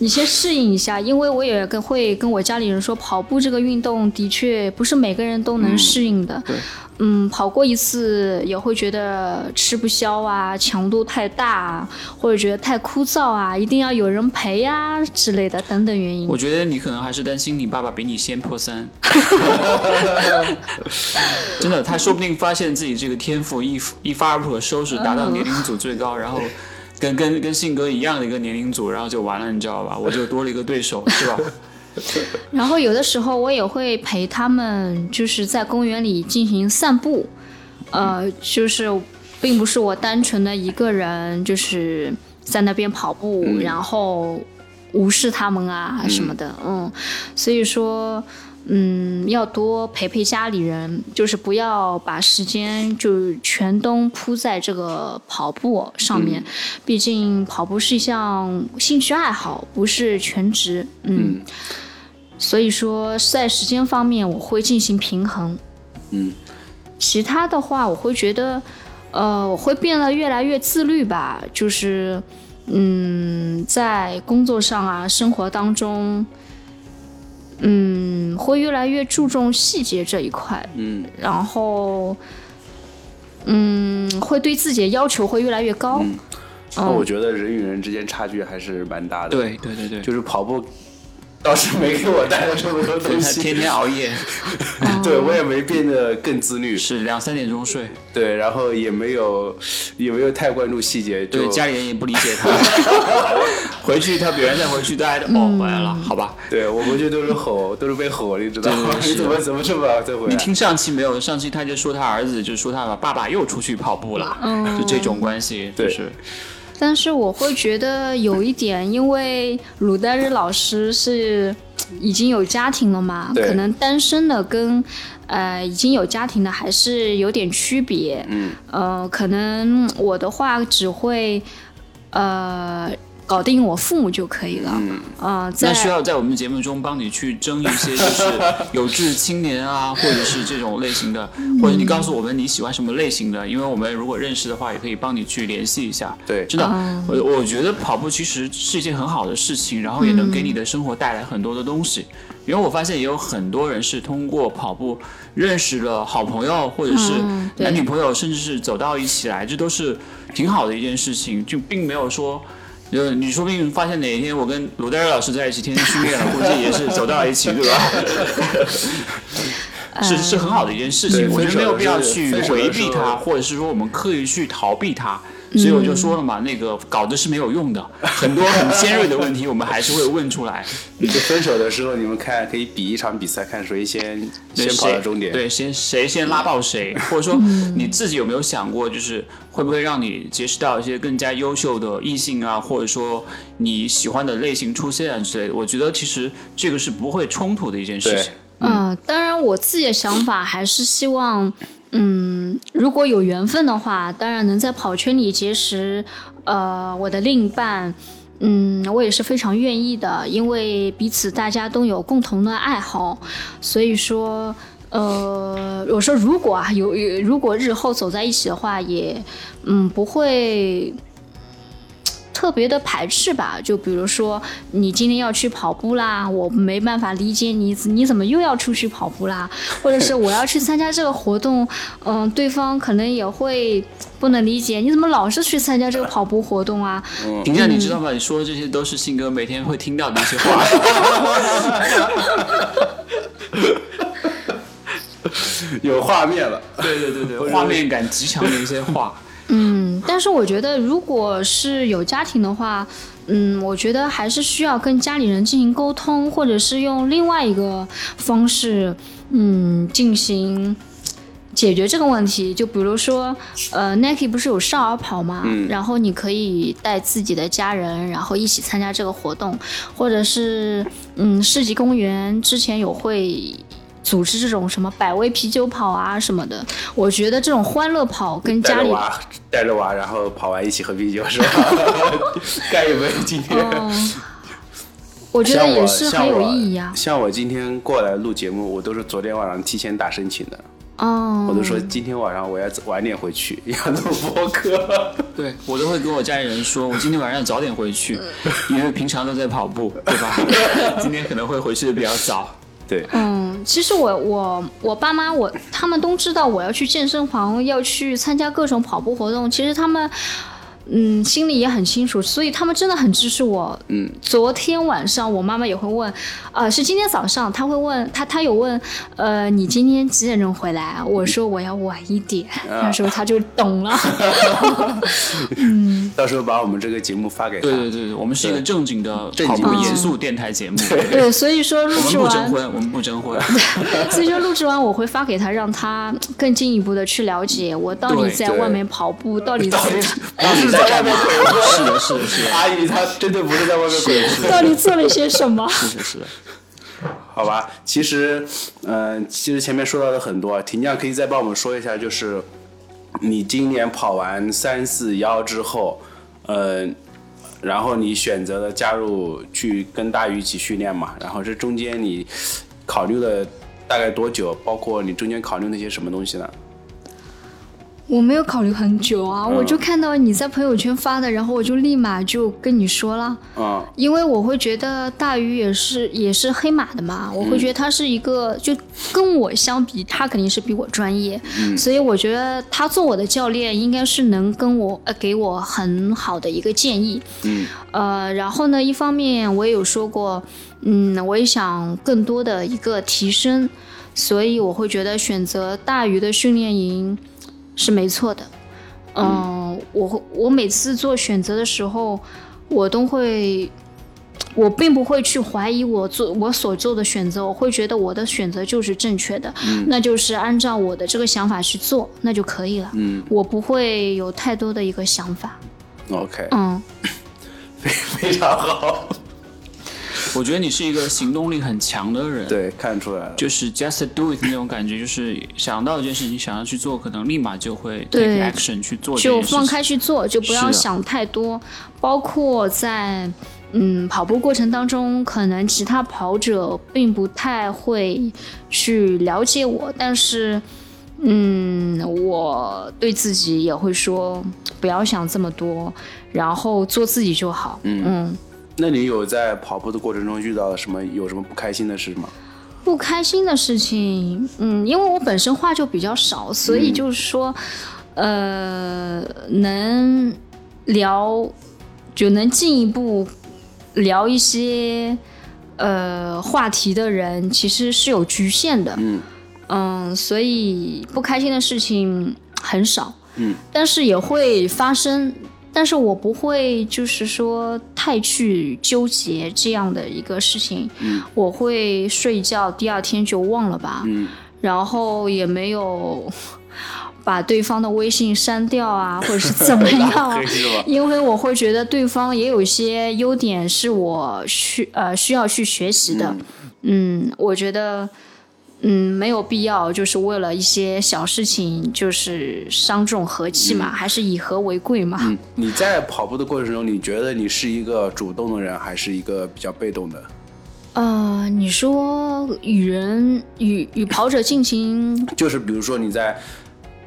S3: 你先适应一下，因为我也跟会跟我家里人说，跑步这个运动的确不是每个人都能适应的。
S2: 对
S3: 嗯，跑过一次也会觉得吃不消啊，强度太大啊，或者觉得太枯燥啊，一定要有人陪呀、之类的等等原因。
S2: 我觉得你可能还是担心你爸爸比你先破 三，真的，他说不定发现自己这个天赋一一发而不可收拾，达到年龄组最高，然后跟 跟跟信哥一样的一个年龄组，然后就完了，你知道吧？我就多了一个对手，是 吧？
S3: 然后有的时候我也会陪他们，就是在公园里进行散步，呃，就是并不是我单纯的一个人，就是在那边跑步，然后无视他们啊什么的，嗯嗯，所以说。嗯，要多陪陪家里人，就是不要把时间就全都扑在这个跑步上面，毕竟跑步是一项兴趣爱好，不是全职。嗯所以说，在时间方面我会进行平衡。
S1: 嗯，
S3: 其他的话，我会觉得，呃，我会变得越来越自律吧，就是，嗯，在工作上啊，生活当中，嗯，会越来越注重细节这一块，
S1: 嗯
S3: 然后，嗯，会对自己的要求会越来越高。
S1: 嗯
S2: 嗯
S1: 那我觉得人与人之间差距还是蛮大的。，
S2: 对对对对，
S1: 就是跑步 倒是没给我带来这么多东
S2: 他
S1: 西。
S2: 天天熬夜，
S1: 对我也没变得更自律，
S2: 是两三点钟睡。
S1: 对，然后也没有也没有太关注细节，就
S2: 对，家里人也不理解 他。回去他别人再回去，大家都哦回来了，好吧。
S1: 对我回去都 是吼，都是被吼，你知道 吗？
S2: 对
S1: 你怎么怎么这么晚才回
S2: 你
S1: 来？
S2: 听上期没有？上期他就说他儿子，就说他爸爸又出去跑步了，就这种关系，就
S1: 对
S2: 是
S3: 但是我会觉得有一点，因为鲁代日老师是已经有家庭了嘛，
S1: 对
S3: 可能单身的跟呃已经有家庭的还是有点区别。
S1: 嗯，
S3: 呃，可能我的话只会呃搞定我父母就可以了。嗯，呃，在
S2: 那需要在我们节目中帮你去争一些，就是 有志青年啊，或者是这种类型的，或者你告诉我们你喜欢什么类型的，因为我们如果认识的话，也可以帮你去联系一下。
S1: 对
S2: 真的，
S3: 哦
S2: 我我觉得跑步其实是一件很好的事情，然后也能给
S3: 嗯
S2: 你的生活带来很多的东西。因为我发现也有很多人是通过跑步认识了好朋友，或者是
S3: 嗯对
S2: 男女朋友，甚至是走到一起来，这都是挺好的一件事情，就并没有说。呃，你说不定发现哪一天我跟罗丹老师在一起天天训练了，估计也是走到了一起，对吧？ 是是很好的一件事情，
S1: 对
S2: 我觉得没有必要去
S1: 分手的时候
S2: 回避它，或者是说我们刻意去逃避它。所以我就说了嘛，那个搞的是没有用的，很多很尖锐的问题我们还是会问出 来。
S1: 就分手的时候，你们看可以比一场比赛，看谁先
S2: 对
S1: 先跑到
S2: 谁
S1: 终点。，
S2: 对，先谁先拉爆谁， 或者说你自己有没有想过，就是会不会让你结识到一些更加优秀的异性啊，或者说你喜欢的类型出现啊之类的？我觉得其实这个是不会冲突的一件事
S1: 对
S2: 情。
S3: 嗯，当然我自己的想法还是希望，嗯，如果有缘分的话，当然能在跑圈里结识，呃，我的另一半，嗯，我也是非常愿意的，因为彼此大家都有共同的爱好，所以说。呃，我说如果啊，有有，如果日后走在一起的话，也，嗯，不会特别的排斥吧。就比如说，你今天要去跑步啦，我没办法理解你，你怎么又要出去跑步啦？或者是我要去参加这个活动，嗯、对方可能也会不能理解，你怎么老是去参加这个跑步活动啊？
S1: 嗯
S2: 婷婷，你知道吗？你说的这些都是信哥每天会听到的一些 话。
S1: 有画面了。
S2: 对对对对，画面感极强的一些话。
S3: 嗯，但是我觉得，如果是有家庭的话，嗯，我觉得还是需要跟家里人进行沟通，或者是用另外一个方式，嗯，进行解决这个问题。就比如说，呃，Nike 不是有少儿跑嘛，然后你可以带自己的家人，然后一起参加这个活动，或者是，嗯，市级公园之前有会。组织这种什么百威啤酒跑啊什么的，我觉得这种欢乐跑跟
S1: 带
S3: 家
S1: 着
S3: 里
S1: 娃，带着娃，然后跑完一起喝啤酒 是吧？干一杯今天。
S3: 嗯，我觉得
S1: 像我
S3: 也是
S1: 像
S3: 很
S1: 我
S3: 有意义啊。
S1: 像我今天过来录节目，我都是昨天晚上提前打申请的，
S3: 嗯，
S1: 我都说今天晚上我要晚点回去， 要录播客。
S2: 对我都会跟我家里人说，我今天晚上早点回去，因为平常都在跑步，对吧？今天可能会回去的比较早。
S1: 对，
S3: 嗯，其实我我我爸妈我他们都知道我要去健身房，要去参加各种跑步活动。其实他们嗯心里也很清楚，所以他们真的很支持我。嗯，昨天晚上我妈妈也会问，呃，是今天早上她会问她她有问，呃，你今天几点钟回来啊？我说我要晚一点，那时候 她就懂了。 嗯
S1: 到时候把我们这个节目发给他。
S2: 对对对对，我们是一个正经的
S1: 正
S2: 跑
S1: 经
S2: 步
S1: 的
S2: 严肃电台节目，
S3: 对，所以说录
S2: 我们
S3: 制
S2: 不
S3: 完
S2: 征婚，我们不征婚。
S3: 所以说录制完我会发给他，让他更进一步的去了解我到底
S2: 对
S3: 在
S1: 对
S3: 外面跑步到底
S1: 到底
S3: 哎在
S1: 是到底在外面鬼混？
S2: 是的，是的，是的，
S1: 阿姨她真的不是在外面鬼混。
S3: 到底做了些什么。
S2: 是的，是的。
S1: 好吧，其实，嗯、其实前面说到的很多，婷酱可以再帮我们说一下，就是你今年跑完三四幺之后，呃，然后你选择了加入去跟大鱼一起训练嘛，然后这中间你考虑了大概多久？包括你中间考虑那些什么东西呢？
S3: 我没有考虑很久啊，
S1: 嗯
S3: 我就看到你在朋友圈发的，然后我就立马就跟你说了，
S1: 啊，
S3: 因为我会觉得大鱼也是也是黑马的嘛，我会觉得他是一个、就跟我相比，他肯定是比我专业，所以我觉得他做我的教练应该是能跟我呃给我很好的一个建议，
S1: 嗯
S3: 呃，然后呢，一方面我也有说过，嗯，我也想更多的一个提升，所以我会觉得选择大鱼的训练营是没错的。嗯，我会我每次做选择的时候，我都会，我并不会去怀疑我做我所做的选择，我会觉得我的选择就是正确的，那就是按照我的这个想法去做，那就可以了。
S1: 嗯
S3: 我不会有太多的一个想法。
S1: ，OK，
S3: 嗯，
S1: 非常好，
S2: 我觉得你是一个行动力很强的人，，
S1: 对，看出来了，
S2: 就是 just do it 那种感觉，就是想到一件事情想要去做，可能立马就会 take
S3: 对
S2: action 去做这
S3: 就
S2: 件事情。
S3: 放开去做，就不要
S2: 是的
S3: 想太多。包括在嗯跑步过程当中，可能其他跑者并不太会去了解我，但是嗯，我对自己也会说不要想这么多，然后做自己就好。嗯，
S1: 那你有在跑步的过程中遇到什么有什么不开心的事吗？
S3: 不开心的事情，嗯，因为我本身话就比较少，所
S2: 嗯
S3: 以就是说，呃，能聊就能进一步聊一些呃话题的人，其实是有局限的，
S1: 嗯
S3: 嗯，所以不开心的事情很少，
S1: 嗯，
S3: 但是也会发生。但是我不会，就是说太去纠结这样的一个事情，我会睡觉，第二天就忘了吧，
S1: 嗯
S3: 然后也没有把对方的微信删掉啊，或者是怎么样啊
S1: 可以，是吧？
S3: 因为我会觉得对方也有一些优点是我需呃需要去学习的，嗯我觉得。嗯，没有必要，就是为了一些小事情，就是伤这种和气
S2: 嗯
S3: 嘛，还是以和为贵嘛。
S1: 嗯，你在跑步的过程中，你觉得你是一个主动的人，还是一个比较被动的？
S3: 呃，你说与人与与跑者进行
S1: 就是比如说你在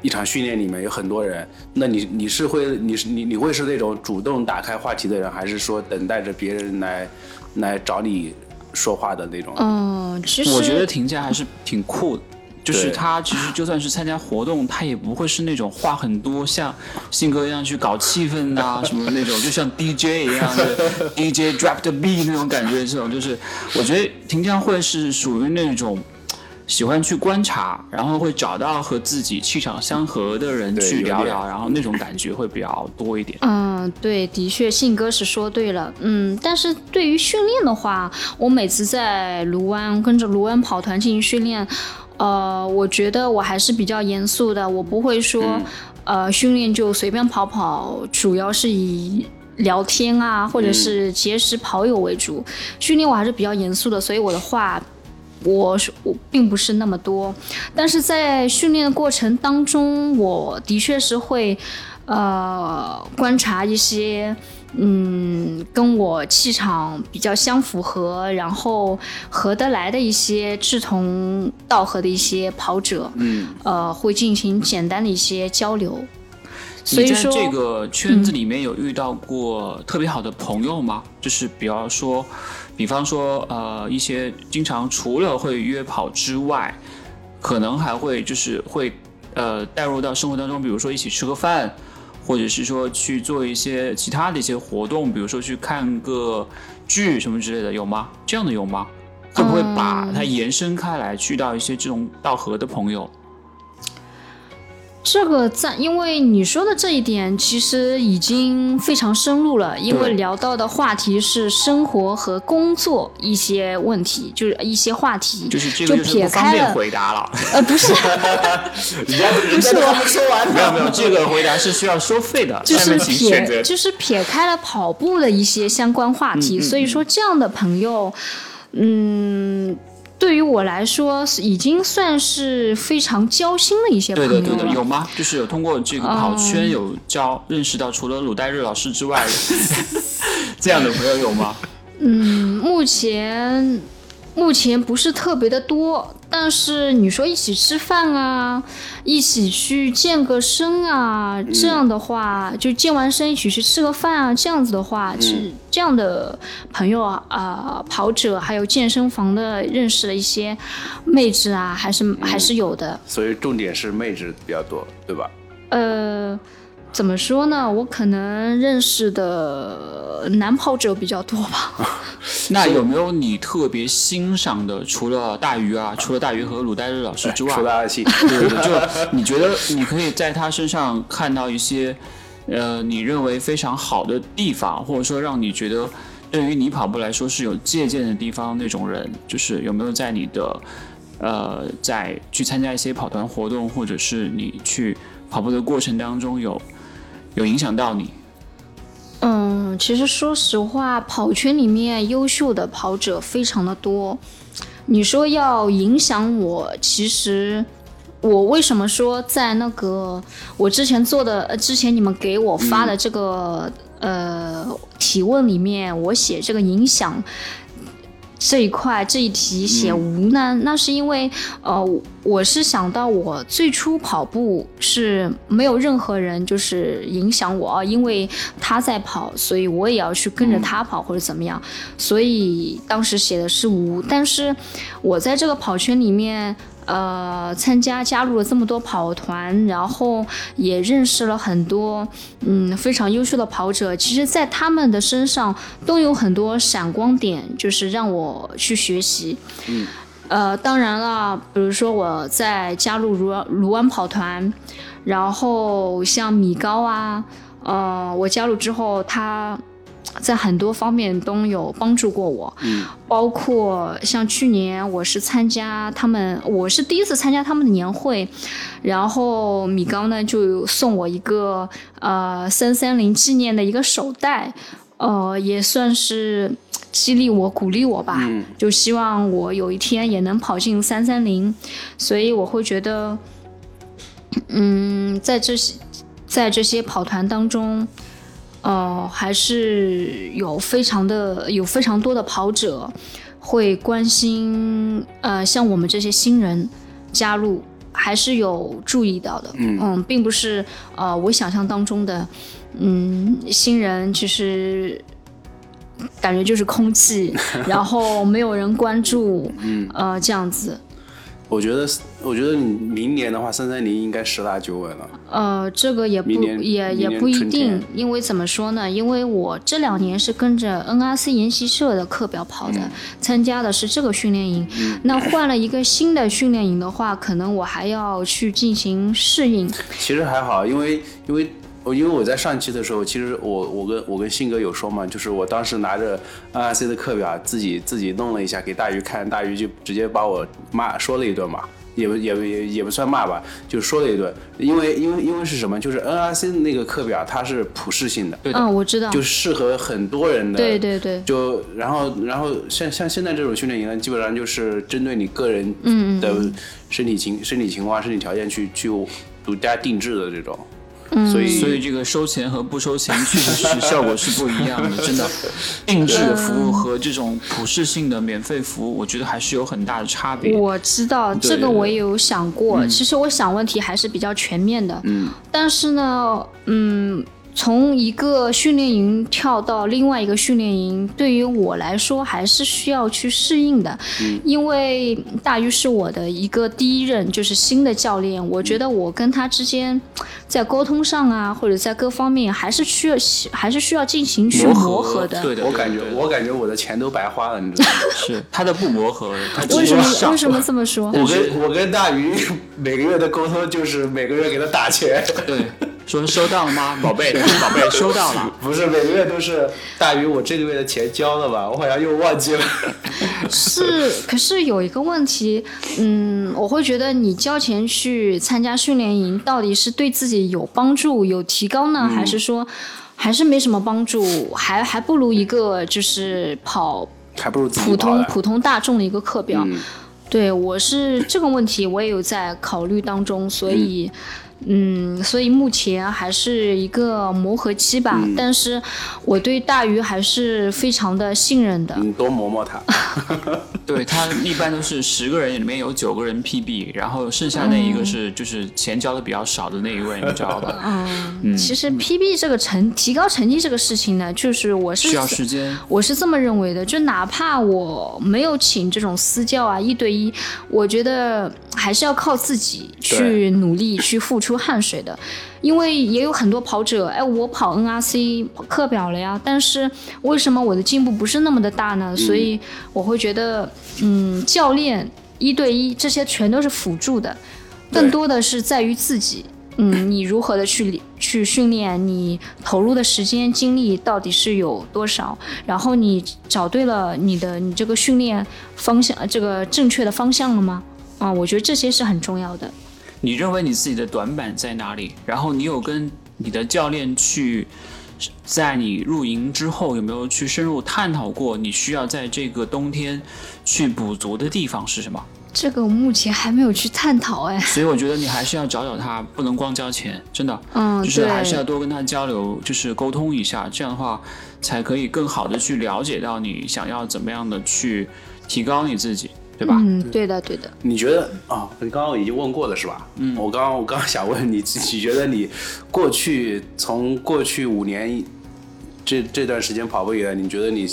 S1: 一场训练里面有很多人，那你你是会你是你你会是那种主动打开话题的人，还是说等待着别人来来找你说话的 那种？
S3: 嗯，其实
S2: 我觉得停下还是挺酷的。就是
S1: 对
S2: 他其实就算是参加活动，他也不会是那种话很多，像信哥一样去搞气氛啊什么那种，就像 DJ 一样 的 DJ drop the beat 那种感觉。这种就是，我觉得停下会是属于那种喜欢去观察，然后会找到和自己气场相合的人
S1: 对
S2: 去
S1: 有
S2: 聊
S1: 点
S2: 聊，然后那种感觉会比较多一点。
S3: 嗯，对，的确，信哥是说对了。嗯，但是对于训练的话，我每次在卢湾跟着卢湾跑团进行训练，呃，我觉得我还是比较严肃的，我不会说，呃，训练就随便跑跑，主要是以。聊天啊，或者是结识跑友为主，训练我还是比较严肃的，所以我的话，我是我并不是那么多，但是在训练的过程当中，我的确是会，呃，观察一些，嗯，跟我气场比较相符合，然后合得来的一些志同道合的一些跑者，
S1: 嗯，
S3: 呃，会进行简单的一些交流。所
S2: 你
S3: 以
S2: 在
S3: 说，嗯
S2: 这个圈子里面有遇到过特别好的朋友吗？就是比方说，比方说，呃，一些经常除了会约跑之外，可能还会就是会呃带入到生活当中，比如说一起吃个饭，或者是说去做一些其他的一些活动，比如说去看个剧什么之类的，有吗？这样的有吗？会不会
S3: 嗯
S2: 把它延伸开来，去到一些志同道合的朋友？
S3: 这个在，因为你说的这一点其实已经非常深入了，因为
S2: 对
S3: 聊到的话题是生活和工作一些问题，就是一些话题，
S2: 就是这个就是
S3: 撇
S2: 不方
S3: 开
S2: 便
S3: 了，
S2: 回答了。
S3: 呃，不是，
S1: 人家人家都还没说完
S2: 没有
S1: 呢。
S2: 没有，这个回答是需要收费的。
S3: 就
S2: 下
S3: 是
S2: 面请选
S3: 撇，
S2: 择。嗯
S3: 就是撇开了跑步的一些相关话题，所以说这样的朋友，嗯。对于我来说，已经算是非常交心的一些朋
S2: 对
S3: 友了。哦
S2: 的，对的，有吗？就是有通过这个跑圈有交认识到除了鲁代日老师之 外，这样的朋友有吗？
S3: 嗯，目前目前不是特别的多，但是你说一起吃饭啊，一起去健个身啊，这样的话，就健完身一起去吃个饭啊，这样子的话，是这样的朋友啊、呃跑者还有健身房的认识的一些妹子啊，还是还是有的。
S1: 所以重点是妹子比较多，对吧？
S3: 呃，怎么说呢？我可能认识的男跑者比较多吧。
S2: 那有没有你特别欣赏的？除了大鱼啊，除了大鱼和鲁代日老师之外，
S1: 除了阿信，
S2: 对对对，就你觉得你可以在他身上看到一些，呃，你认为非常好的地方，或者说让你觉得对于你跑步来说是有借鉴的地方那种人，就是有没有在你的，呃，在去参加一些跑团活动，或者是你去跑步的过程当中有有影响到你？
S3: 嗯，其实说实话，跑圈里面优秀的跑者非常的多。你说要影响我，其实我为什么说在那个我之前做的，呃，之前你们给我发的这个、呃提问里面，我写这个影响这一块这一题写无呢？那是因为呃，我是想到我最初跑步是没有任何人就是影响我啊，因为他在跑，所以我也要去跟着他跑或者怎么样，所以当时写的是无。但是我在这个跑圈里面。呃，参加加入了这么多跑团，然后也认识了很多嗯非常优秀的跑者。其实，在他们的身上都有很多闪光点，就是让我去学习。呃，当然了，比如说我在加入卢湾卢湾跑团，然后像米高啊，呃，我加入之后，他在很多方面都有帮助过我，嗯，包括像去年我是参加他们，我是第一次参加他们的年会，然后米高呢就送我一个呃三三零纪念的一个手袋，呃，也算是激励我、鼓励我吧。就希望我有一天也能跑进三三零，所以我会觉得，嗯，在这些在这些跑团当中，呃，还是有非常的有非常多的跑者会关心，呃，像我们这些新人加入。还是有注意到的，嗯并不是呃我想象当中的，嗯，新人其实感觉就是 空气，然后没有人关注，嗯，呃，这样子，
S1: 我觉得，我觉得你明年的话，三三零应该十拿九稳了。
S3: 呃，这个也不
S1: 明年
S3: 也
S1: 明
S3: 也
S1: 年
S3: 不一
S1: 春天
S3: 定，因为怎么说呢？因为我这两年是跟着 NRC 研习社的课表跑的，
S1: 嗯
S3: 参加的是这个训练营。那换了一个新的训练营的话，可能我还要去进行适应。
S1: 其实还好，因为因为我因为我在上期的时候，其实我我跟我跟信哥有说嘛，就是我当时拿着 NRC 的课表自己自己弄了一下给大鱼看，大鱼就直接把我骂说了一顿嘛。也不也不也也不算骂吧，就说了一顿，因为因为因为是什么？就是 NRC 的那个课表它是普适性的，
S2: 对的
S3: 嗯，我知道，
S1: 就适合很多人的，
S3: 对对对，
S1: 就然后然后像像现在这种训练营呢，基本上就是针对你个
S3: 嗯
S1: 人的身体情、身体情况、身体条件去去独家定制的这种，
S3: 嗯
S1: 所以
S2: 所以这个收钱和不收钱确实是效果是不一样的，真的。定制的服务和这种普适性的免费服务，我觉得还是有很大的差别。
S3: 我知道
S2: 对嗯
S3: 这个，我也有想过。其实我想问题还是比较全面的，嗯，但是呢，嗯，从一个训练营跳到另外一个训练营，对于我来说还是需要去适应的，
S2: 嗯
S3: 因为大鱼是我的一个第一任，就是新的教练，我觉得我跟他之间在沟通上啊，或者在各方面还是需要还是需要进行去
S2: 磨合
S3: 磨合的，
S2: 对的，
S1: 我
S2: 对的
S1: 感觉
S2: 对的
S1: 我感觉我的钱都白花了，你知道吗？
S2: 是他的不磨合，他只
S3: 为什
S2: 是
S3: 么
S2: 上
S3: 为什么这么说？
S1: 我跟我跟大鱼 每个月的沟通就是每个月给他打钱，
S2: 对 说收到了吗，宝贝，宝贝收到了。
S1: 不是每个月都是大鱼，我这个月的钱交了吧？我好像又忘记了。
S3: 是，可是有一个问题，嗯，我会觉得你交钱去参加训练营，到底是对自己有帮助、有提高呢，还是说还是没什么帮助，还还不如一个就是跑
S1: 还不如自己跑
S3: 普通
S1: 来。
S3: 普通大众的一嗯个课表？对我是这个问题，我也有在考虑当中，所以嗯，所以目前还是一个磨合期吧。但是我对大鱼还是非常的信任的。
S1: 你多磨磨他。
S2: 对他一般都是十个人里面有九个人 PB，然后剩下那一
S3: 嗯
S2: 个是就是钱交的比较少的那一位，你知道
S3: 啊
S2: 吧？
S3: 其实 PB 这个成提高成绩这个事情呢，就是我是
S2: 需要时间。
S3: 我是这么认为的，就哪怕我没有请这种私教啊，一对一，我觉得还是要靠自己去努力、去付出汗水的。因为也有很多跑者，哎，我跑 NRC 课表了呀，但是为什么我的进步不是那么的大呢？所以我会觉得，嗯，教练一对一这些全都是辅助的，更多的是在于自己。嗯，你如何的去去训练，你投入的时间精力到底是有多少？然后你找对了你的你这个训练方向，呃这个正确的方向了吗？啊，我觉得这些是很重要的。
S2: 你认为你自己的短板在哪里？然后你有跟你的教练去，在你入营之后有没有去深入探讨过你需要在这个冬天去补足的地方是什么？
S3: 这个我目前还没有去探讨，哎，
S2: 所以我觉得你还是要找找他，不能光交钱，真的。
S3: 嗯，
S2: 就是还是要
S3: 对，
S2: 多跟他交流，就是沟通一下，这样的话才可以更好的去了解到你想要怎么样的去提高你自己，对吧？
S3: 嗯，对的，对的。
S1: 你觉得啊、你刚刚已经问过了是吧？嗯，我刚刚我刚刚想问你， 你觉得你过去从过去五年这这段时间跑步以来，你觉得你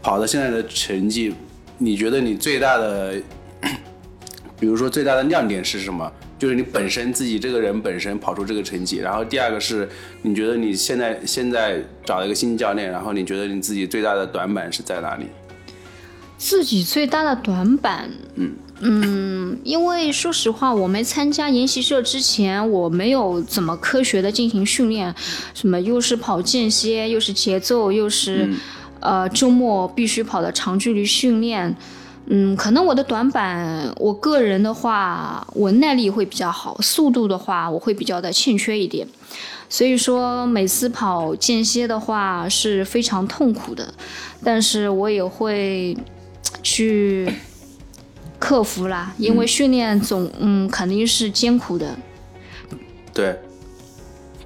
S1: 跑到现在的成绩，你觉得你最大的， 比如说最大的亮点是什么？就是你本身自己这个人本身跑出这个成绩，然后第二个是你觉得你现在现在找了一个新教练，然后你觉得你自己最大的短板是在哪里？
S3: 自己最大的短板，嗯因为说实话，我没参加研习社之前，我没有怎么科学的进行训练，什么又是跑间歇，又是节奏，又是、呃周末必须跑的长距离训练。嗯，可能我的短板，我个人的话，我耐力会比较好，速度的话，我会比较的欠缺一点。所以说，每次跑间歇的话是非常痛苦的，但是我也会去克服啦，因为训练总嗯肯定是艰苦的，
S1: 对，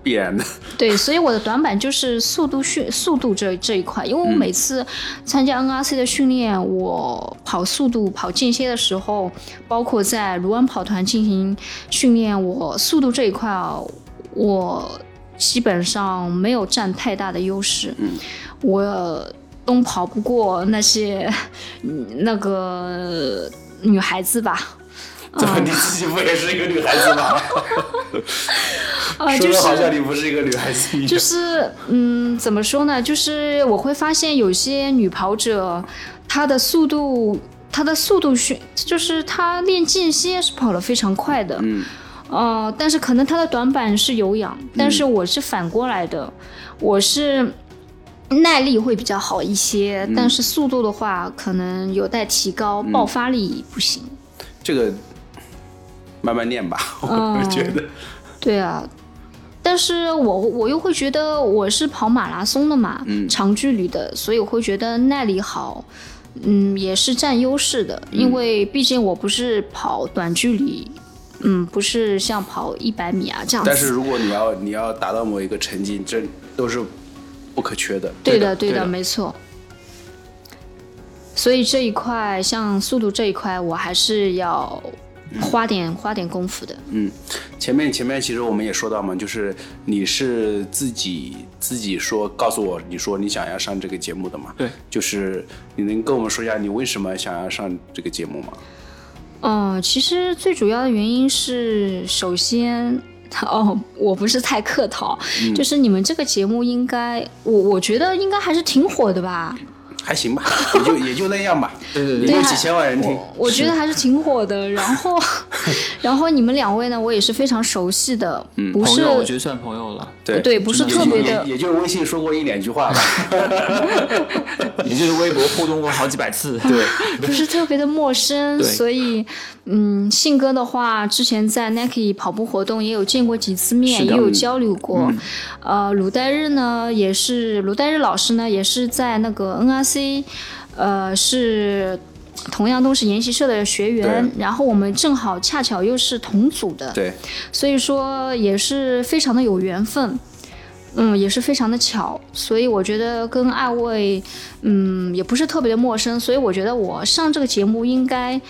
S1: 必然的。
S3: 对，所以我的短板就是速度训速度这这一块，因为我每次参加 NRC 的训练，我跑速度、跑间歇的时候，包括在卢湾跑团进行训练，我速度这一块啊，我基本上没有占太大的优势，我都跑不过那些嗯那个女孩子吧，
S1: 怎么你自己不也是一个女孩子吗？
S3: 啊、
S1: 说
S3: 就
S1: 的
S3: 是
S1: 好像你不是一个女孩子一样。
S3: 就是嗯，怎么说呢？就是我会发现有些女跑者，她的速度，她的速度训，就是她练间歇是跑得非常快的，嗯，呃，但是可能她的短板是有氧，但是我是反过来的，我是。耐力会比较好一些，
S1: 嗯
S3: 但是速度的话可能有待提高，爆发力不行。
S1: 这个慢慢练吧，我
S3: 嗯
S1: 觉得。
S3: 对啊，但是我我又会觉得我是跑马拉松的嘛，长距离的，所以我会觉得耐力好，嗯，也是占优势的，因为毕竟我不是跑短距离，嗯，不是像跑一百米啊这样子。
S1: 但是如果你要你要达到某一个成绩，这都是不可缺的。
S3: 对
S2: 的
S3: 对
S2: 对的
S3: 没错。所以这一块，像速度这一块，我还是要花点、花点功夫的。
S1: 前面前面其实我们也说到嘛，就是你是自己自己说告诉我，你说你想要上这个节目的嘛？
S2: 对，
S1: 就是你能跟我们说一下你为什么想要上这个节目吗？
S3: 嗯，其实最主要的原因是，首先， 哦，我不是太客套，
S2: 嗯
S3: 就是你们这个节目应该，我我觉得应该还是挺火的吧，
S1: 还行吧，也就也就那样吧。
S2: 对对
S1: 也
S2: 对，
S1: 就几千万人听。
S3: 我觉得还是挺火的。然后，然后你们两位呢，我也是非常熟悉的，不
S2: 嗯朋
S3: 是
S2: 友我觉得算朋友了，
S1: 对
S3: 对不是
S1: 也
S3: 特别的
S1: 也也就是微信说过一两句话吧。
S2: 也就是微博互动过好几百次。
S1: 对，
S3: 不是特别的陌生，
S2: 对
S3: 所以，嗯，信哥的话，之前在 Nike 跑步活动也有见过几次面，
S2: 是的嗯
S3: 也有交流过。呃，鲁代日呢，也是鲁代日老师呢，也是在那个 NRC，呃，是同样都是研习社的学员
S1: 对，
S3: 然后我们正好恰巧又是同组的，
S1: 对，
S3: 所以说也是非常的有缘分，嗯，也是非常的巧，所以我觉得跟二位，嗯，也不是特别的陌生，所以我觉得我上这个节目应该，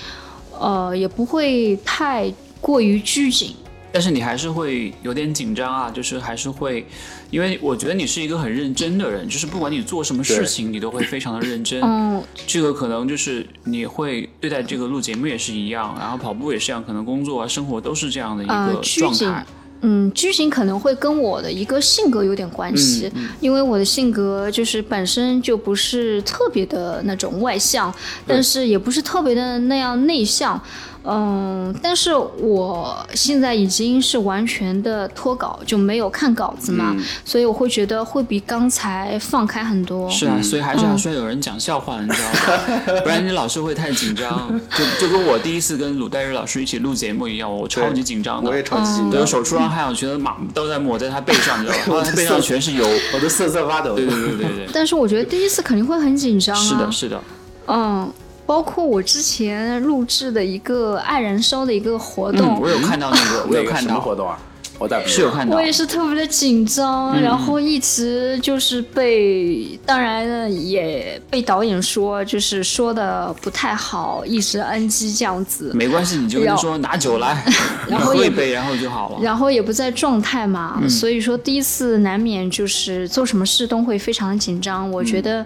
S3: 呃，也不会太过于拘谨，
S2: 但是你还是会有点紧张啊，就是还是会，因为我觉得你是一个很认真的人，就是不管你做什么事
S1: 对
S2: 情，你都会非常的认真。
S3: 嗯，
S2: 这个可能就是你会对待这个录节目也是一样，然后跑步也是这样，可能工作啊、生活都是这样的一
S3: 呃
S2: 个
S3: 拘
S2: 状
S3: 谨
S2: 态。
S3: 嗯，拘谨可能会跟我的一个性格有点关系，
S2: 嗯
S3: 因为我的性格就是本身就不是特别的那种外向，但是也不是特别的那样内向。嗯，但是我现在已经是完全的脱稿，就没有看稿子
S2: 嗯
S3: 嘛，所以我会觉得会比刚才放开很多。
S2: 是
S1: 嗯
S2: 啊，所以还是要
S3: 嗯
S2: 需要有人讲笑话，你知道吗？不然你老是会太紧 张，就就跟我第一次跟鲁代日老师一起录节目一样，我超级紧张
S1: 我也
S2: 的，
S1: 超级紧
S2: 我
S1: 张，
S2: 手出汗，还有觉得马都在抹在他背上， 你知道吗？他背上全是油。
S1: 我都瑟瑟发抖。
S2: 对 对对对 对，
S3: 但是我觉得第一次肯定会很紧张啊。
S2: 是的，是的，
S3: 嗯，包括我之前录制的一个爱燃烧的一个活动，
S2: 嗯，我有看到那个，我
S1: 那
S2: 有
S1: 个
S2: 看
S1: 什么
S2: 到，
S1: 活动啊？我咋不知
S2: 是有看到
S3: 我，也是特别的紧张，然后一直就是被，当然呢也被导演说，就是说的不太好，一直 NG 这样子，
S2: 没关系，你就跟他说拿酒来，
S3: 然后
S2: 喝一
S3: 也
S2: 杯，然后就好了。
S3: 然后也不在状态嘛，所以说第一次难免就是做什么事都会非常紧张，我觉得，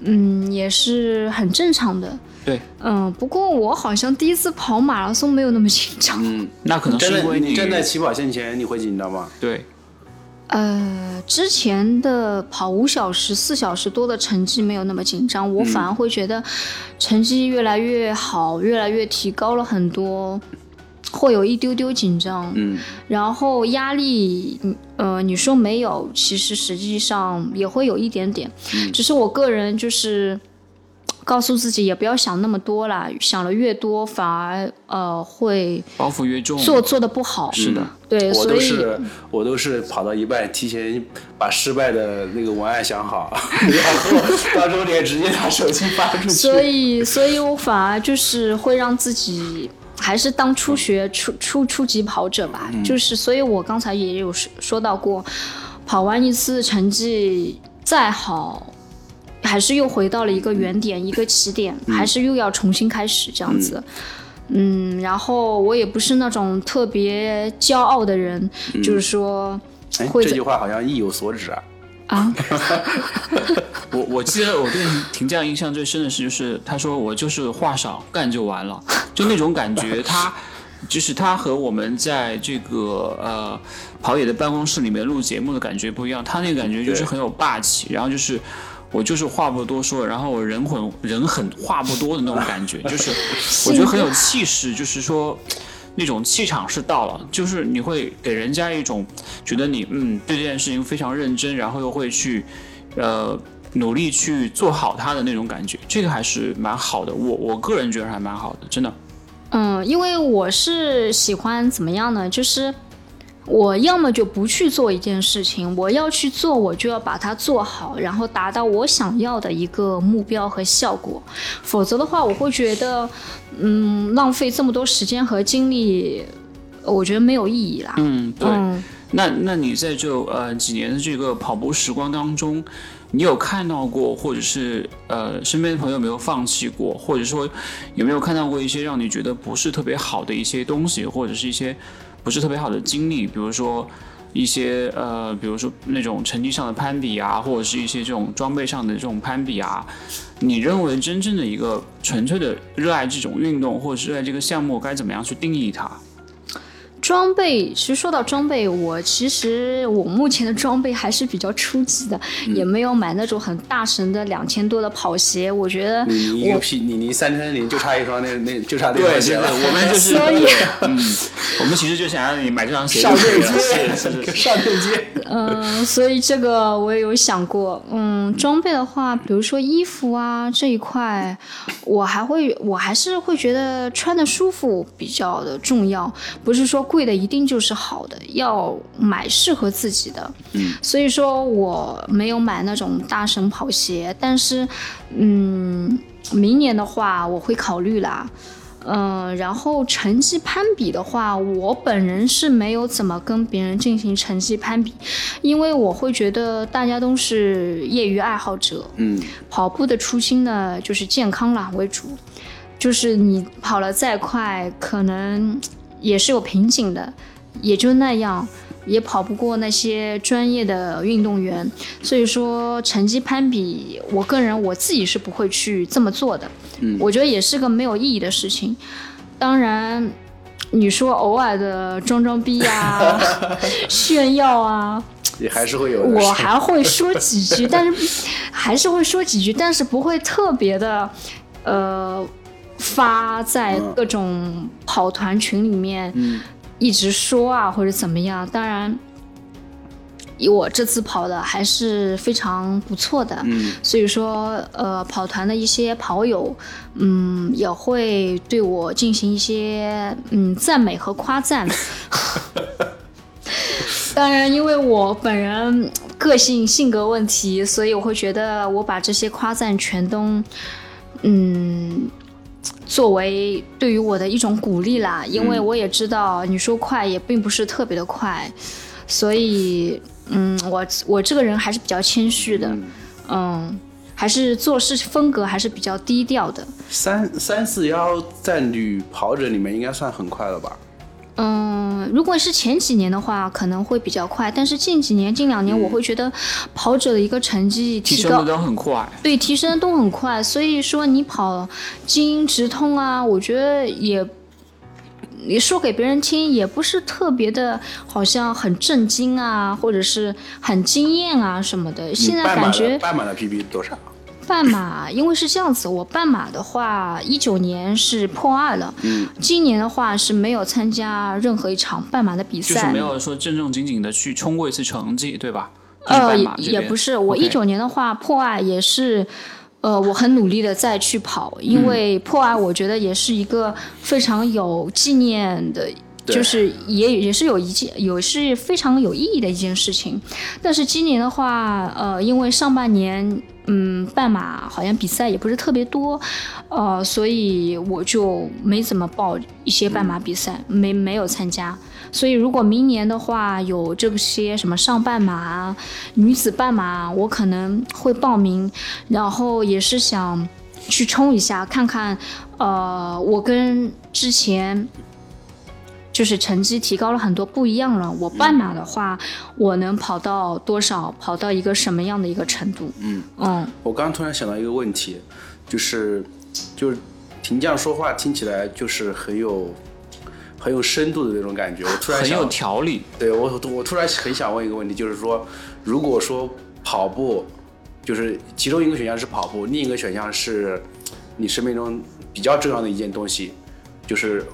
S3: 嗯也是很正常的。
S2: 对，
S3: 嗯，不过我好像第一次跑马拉松没有那么紧张，
S2: 那可能
S1: 站
S2: 是因
S1: 在
S2: 为
S1: 你
S2: 你
S1: 站在起跑线前，你会紧张吗？
S2: 对，
S3: 呃，之前的跑五小时、四小时多的成绩没有那么紧张，
S1: 嗯
S3: 我反而会觉得成绩越来越好，越来越提高了很多，会有一丢丢紧张。
S1: 嗯，
S3: 然后压力，嗯呃，你说没有，其实实际上也会有一点点，
S1: 嗯
S3: 只是我个人就是。告诉自己也不要想那么多啦，想了越多反而呃会
S2: 包袱越重，
S3: 做做的不好。是
S2: 的，
S3: 对，
S1: 我
S3: 所
S1: 都
S3: 以
S1: 是我都是跑到一半，提前把失败的那个文案想好， 然后到终点直接拿手机发出去。
S3: 所以，所以我反而就是会让自己还是当初学初初初级跑者吧，就是，所以我刚才也有说说到过，跑完一次成绩再好，还是又回到了一个原点，一个起点，还是又要重新开始这样子。嗯，然后我也不是那种特别骄傲的人，就是说
S1: 哎，
S3: 会
S1: 这
S3: 在
S1: 句话好像意有所指啊。
S3: 啊，
S2: 我我记得我对评价印象最深的是，就是他说我就是话少干就完了，就那种感觉。他就是他和我们在这个呃跑野的办公室里面录节目的感觉不一样，他那个感觉就是
S1: 对
S2: 很有霸气，然后就是。我就是话不多说，然后我人很人很话不多的那种感觉，就是我觉得很有气势，就是说那种气场是到了，就是你会给人家一种觉得你嗯对这件事情非常认真，然后又会去呃努力去做好它的那种感觉，这个还是蛮好的。我我个人觉得还蛮好的，真的。
S3: 嗯，因为我是喜欢怎么样呢？就是我要么就不去做一件事情，我要去做，我就要把它做好，然后达到我想要的一个目标和效果。否则的话，我会觉得，嗯，浪费这么多时间和精力，我觉得没有意义啦。
S2: 嗯，对。
S3: 嗯
S2: 那那你在这呃几年的这个跑步时光当中，你有看到过，或者是呃身边的朋友有没有放弃过，或者说有没有看到过一些让你觉得不是特别好的一些东西，或者是一些不是特别好的经历，比如说一些呃，比如说那种成绩上的攀比啊，或者是一些这种装备上的这种攀比啊，你认为真正的一个纯粹的热爱这种运动或者是热爱这个项目该怎么样去定义它？
S3: 装备，其实说到装备，我其实我目前的装备还是比较初级的，也没有买那种很大神的两千多的跑鞋。我觉得
S1: 你你一
S3: 我
S1: 个屁，你离三千零就差一双那那就差那
S2: 对，对
S1: 双鞋
S2: 对，
S1: 了。
S2: 我们就是，
S3: 所以
S2: 嗯，我们其实就想让你买这双 鞋
S1: 上
S2: 就可以
S1: 链
S2: 了，是是
S1: 接，
S2: 是，
S1: 上链接。
S3: 嗯，所以这个我也有想过。嗯，装备的话，比如说衣服啊这一块，我还会，我还是会觉得穿的舒服比较的重要，不是说贵的一定就是好的，要买适合自己的。嗯，所以说我没有买那种大神跑鞋，但是，嗯，明年的话，我会考虑啦。嗯、然后成绩攀比的话，我本人是没有怎么跟别人进行成绩攀比，因为我会觉得大家都是业余爱好者，
S1: 嗯，
S3: 跑步的初心呢，就是健康啦为主，就是你跑了再快，可能也是有瓶颈的，也就那样，也跑不过那些专业的运动员。所以说，成绩攀比，我个人我自己是不会去这么做的。
S1: 嗯
S3: 我觉得也是个没有意义的事情。当然，你说偶尔的装装逼啊、炫耀啊，
S1: 也还是会有的。
S3: 我还会说几句，但是还是会说几句，但是不会特别的，呃，发在
S1: 嗯
S3: 各种跑团群里面，一直说啊或者怎么样。当然，我这次跑的还是非常不错的，
S1: 嗯
S3: 所以说，呃，跑团的一些跑友，嗯，也会对我进行一些嗯赞美和夸赞。当然，因为我本人个性性格问题，所以我会觉得我把这些夸赞全都，嗯，作为对于我的一种鼓励啦。因为我也知道，你说快也并不是特别的快，所以，嗯，我我这个人还是比较谦虚的。
S1: 嗯，
S3: 嗯，还是做事风格还是比较低调的。
S1: 三三四幺在女跑者里面应该算很快了吧？
S3: 嗯，如果是前几年的话，可能会比较快，但是近几年、近两年，我会觉得跑者的一个成绩
S2: 嗯提
S3: 提
S2: 升的
S3: 高，
S2: 都很快。
S3: 对提升都很快。所以说，你跑精英直通啊，我觉得也，你说给别人听也不是特别的，好像很震惊啊，或者是很惊艳啊什么的。现在
S1: 你半马
S3: 感
S1: 的
S3: 觉
S1: 半马的 PB 多少？
S3: 半马，因为是这样子，我半马的话，一九年是破二了，今年的话是没有参加任何一场半马的比
S2: 就是
S3: 赛
S2: 没，有说正正经经的去冲过一次成绩，对吧？就是
S3: 呃，
S2: 半
S3: 也
S2: 马这
S3: 也
S2: 边
S3: 不是，我
S2: OK
S3: 一九年的话破二也是。呃，我很努力的再去跑，
S2: 嗯
S3: 因为破二我觉得也是一个非常有纪念的，
S1: 对
S3: 就是也也是有一件，有是非常有意义的一件事情。但是今年的话，呃，因为上半年，嗯，半马好像比赛也不是特别多，呃，所以我就没怎么报一些半
S2: 嗯
S3: 马比赛，没没有参加。所以如果明年的话有这些什么上半马啊、女子半马啊，我可能会报名，然后也是想去冲一下，看看，呃，我跟之前。就是成绩提高了很多，不一样了。我半马的话，
S1: 嗯
S3: 我能跑到多少，跑到一个什么样的一个程度？
S1: 嗯
S3: 嗯，
S1: 我刚刚突然想到一个问题，就是就是婷酱说话听起来就是很有很有深度的那种感觉。我突然
S2: 很
S1: 想
S2: 有条理。
S1: 对我，我突然很想问一个问题，就是说，如果说跑步，就是其中一个选项是跑步，另一个选项是你生命中比较重要的一件东西，就是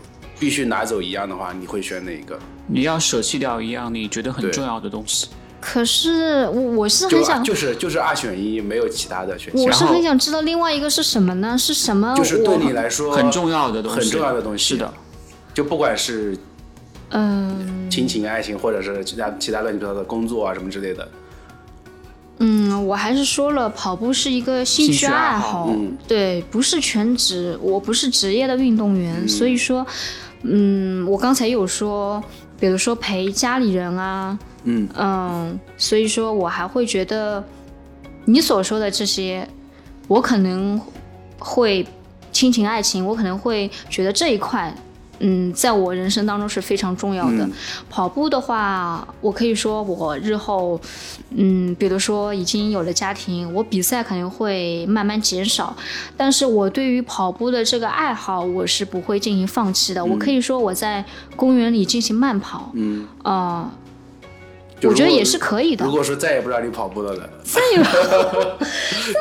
S1: 必须拿走一样的话，你会选哪一个？
S2: 你要舍弃掉一样你觉得很
S1: 对
S2: 重要的东西，
S3: 可是我我是
S1: 就啊
S3: 很想，
S1: 就是就是二选一，没有其他的选项
S3: 我。是
S2: 然后
S3: 很想知道另外一个是什么呢？是什么我？
S1: 就是对你来说
S2: 很重要的东西，
S1: 很重要的东西。
S2: 是的，，
S1: 就不管是
S3: 嗯
S1: 亲情、爱情，或者是其他其他乱七八糟的工作啊什么之类的。
S3: 嗯，我还是说了，跑步是一个兴
S2: 兴
S3: 趣
S2: 趣爱
S3: 爱
S2: 好
S3: 好，对，不是全职，我不是职业的运动员，所以说，嗯，我刚才有说，比如说陪家里人啊，
S1: 嗯
S3: 嗯，所以说我还会觉得你所说的这些，我可能会亲情、爱情，我可能会觉得这一块，嗯，在我人生当中是非常重要的。
S1: 嗯
S3: 跑步的话，我可以说我日后，嗯，比如说已经有了家庭，我比赛肯定会慢慢减少，但是我对于跑步的这个爱好，我是不会进行放弃的。我可以说我在公园里进行慢跑，
S1: 嗯，
S3: 啊、
S1: 就
S3: 我觉得
S1: 如果
S3: 也是可以的
S1: 如。果说再也不让你跑步了呢？
S3: 再有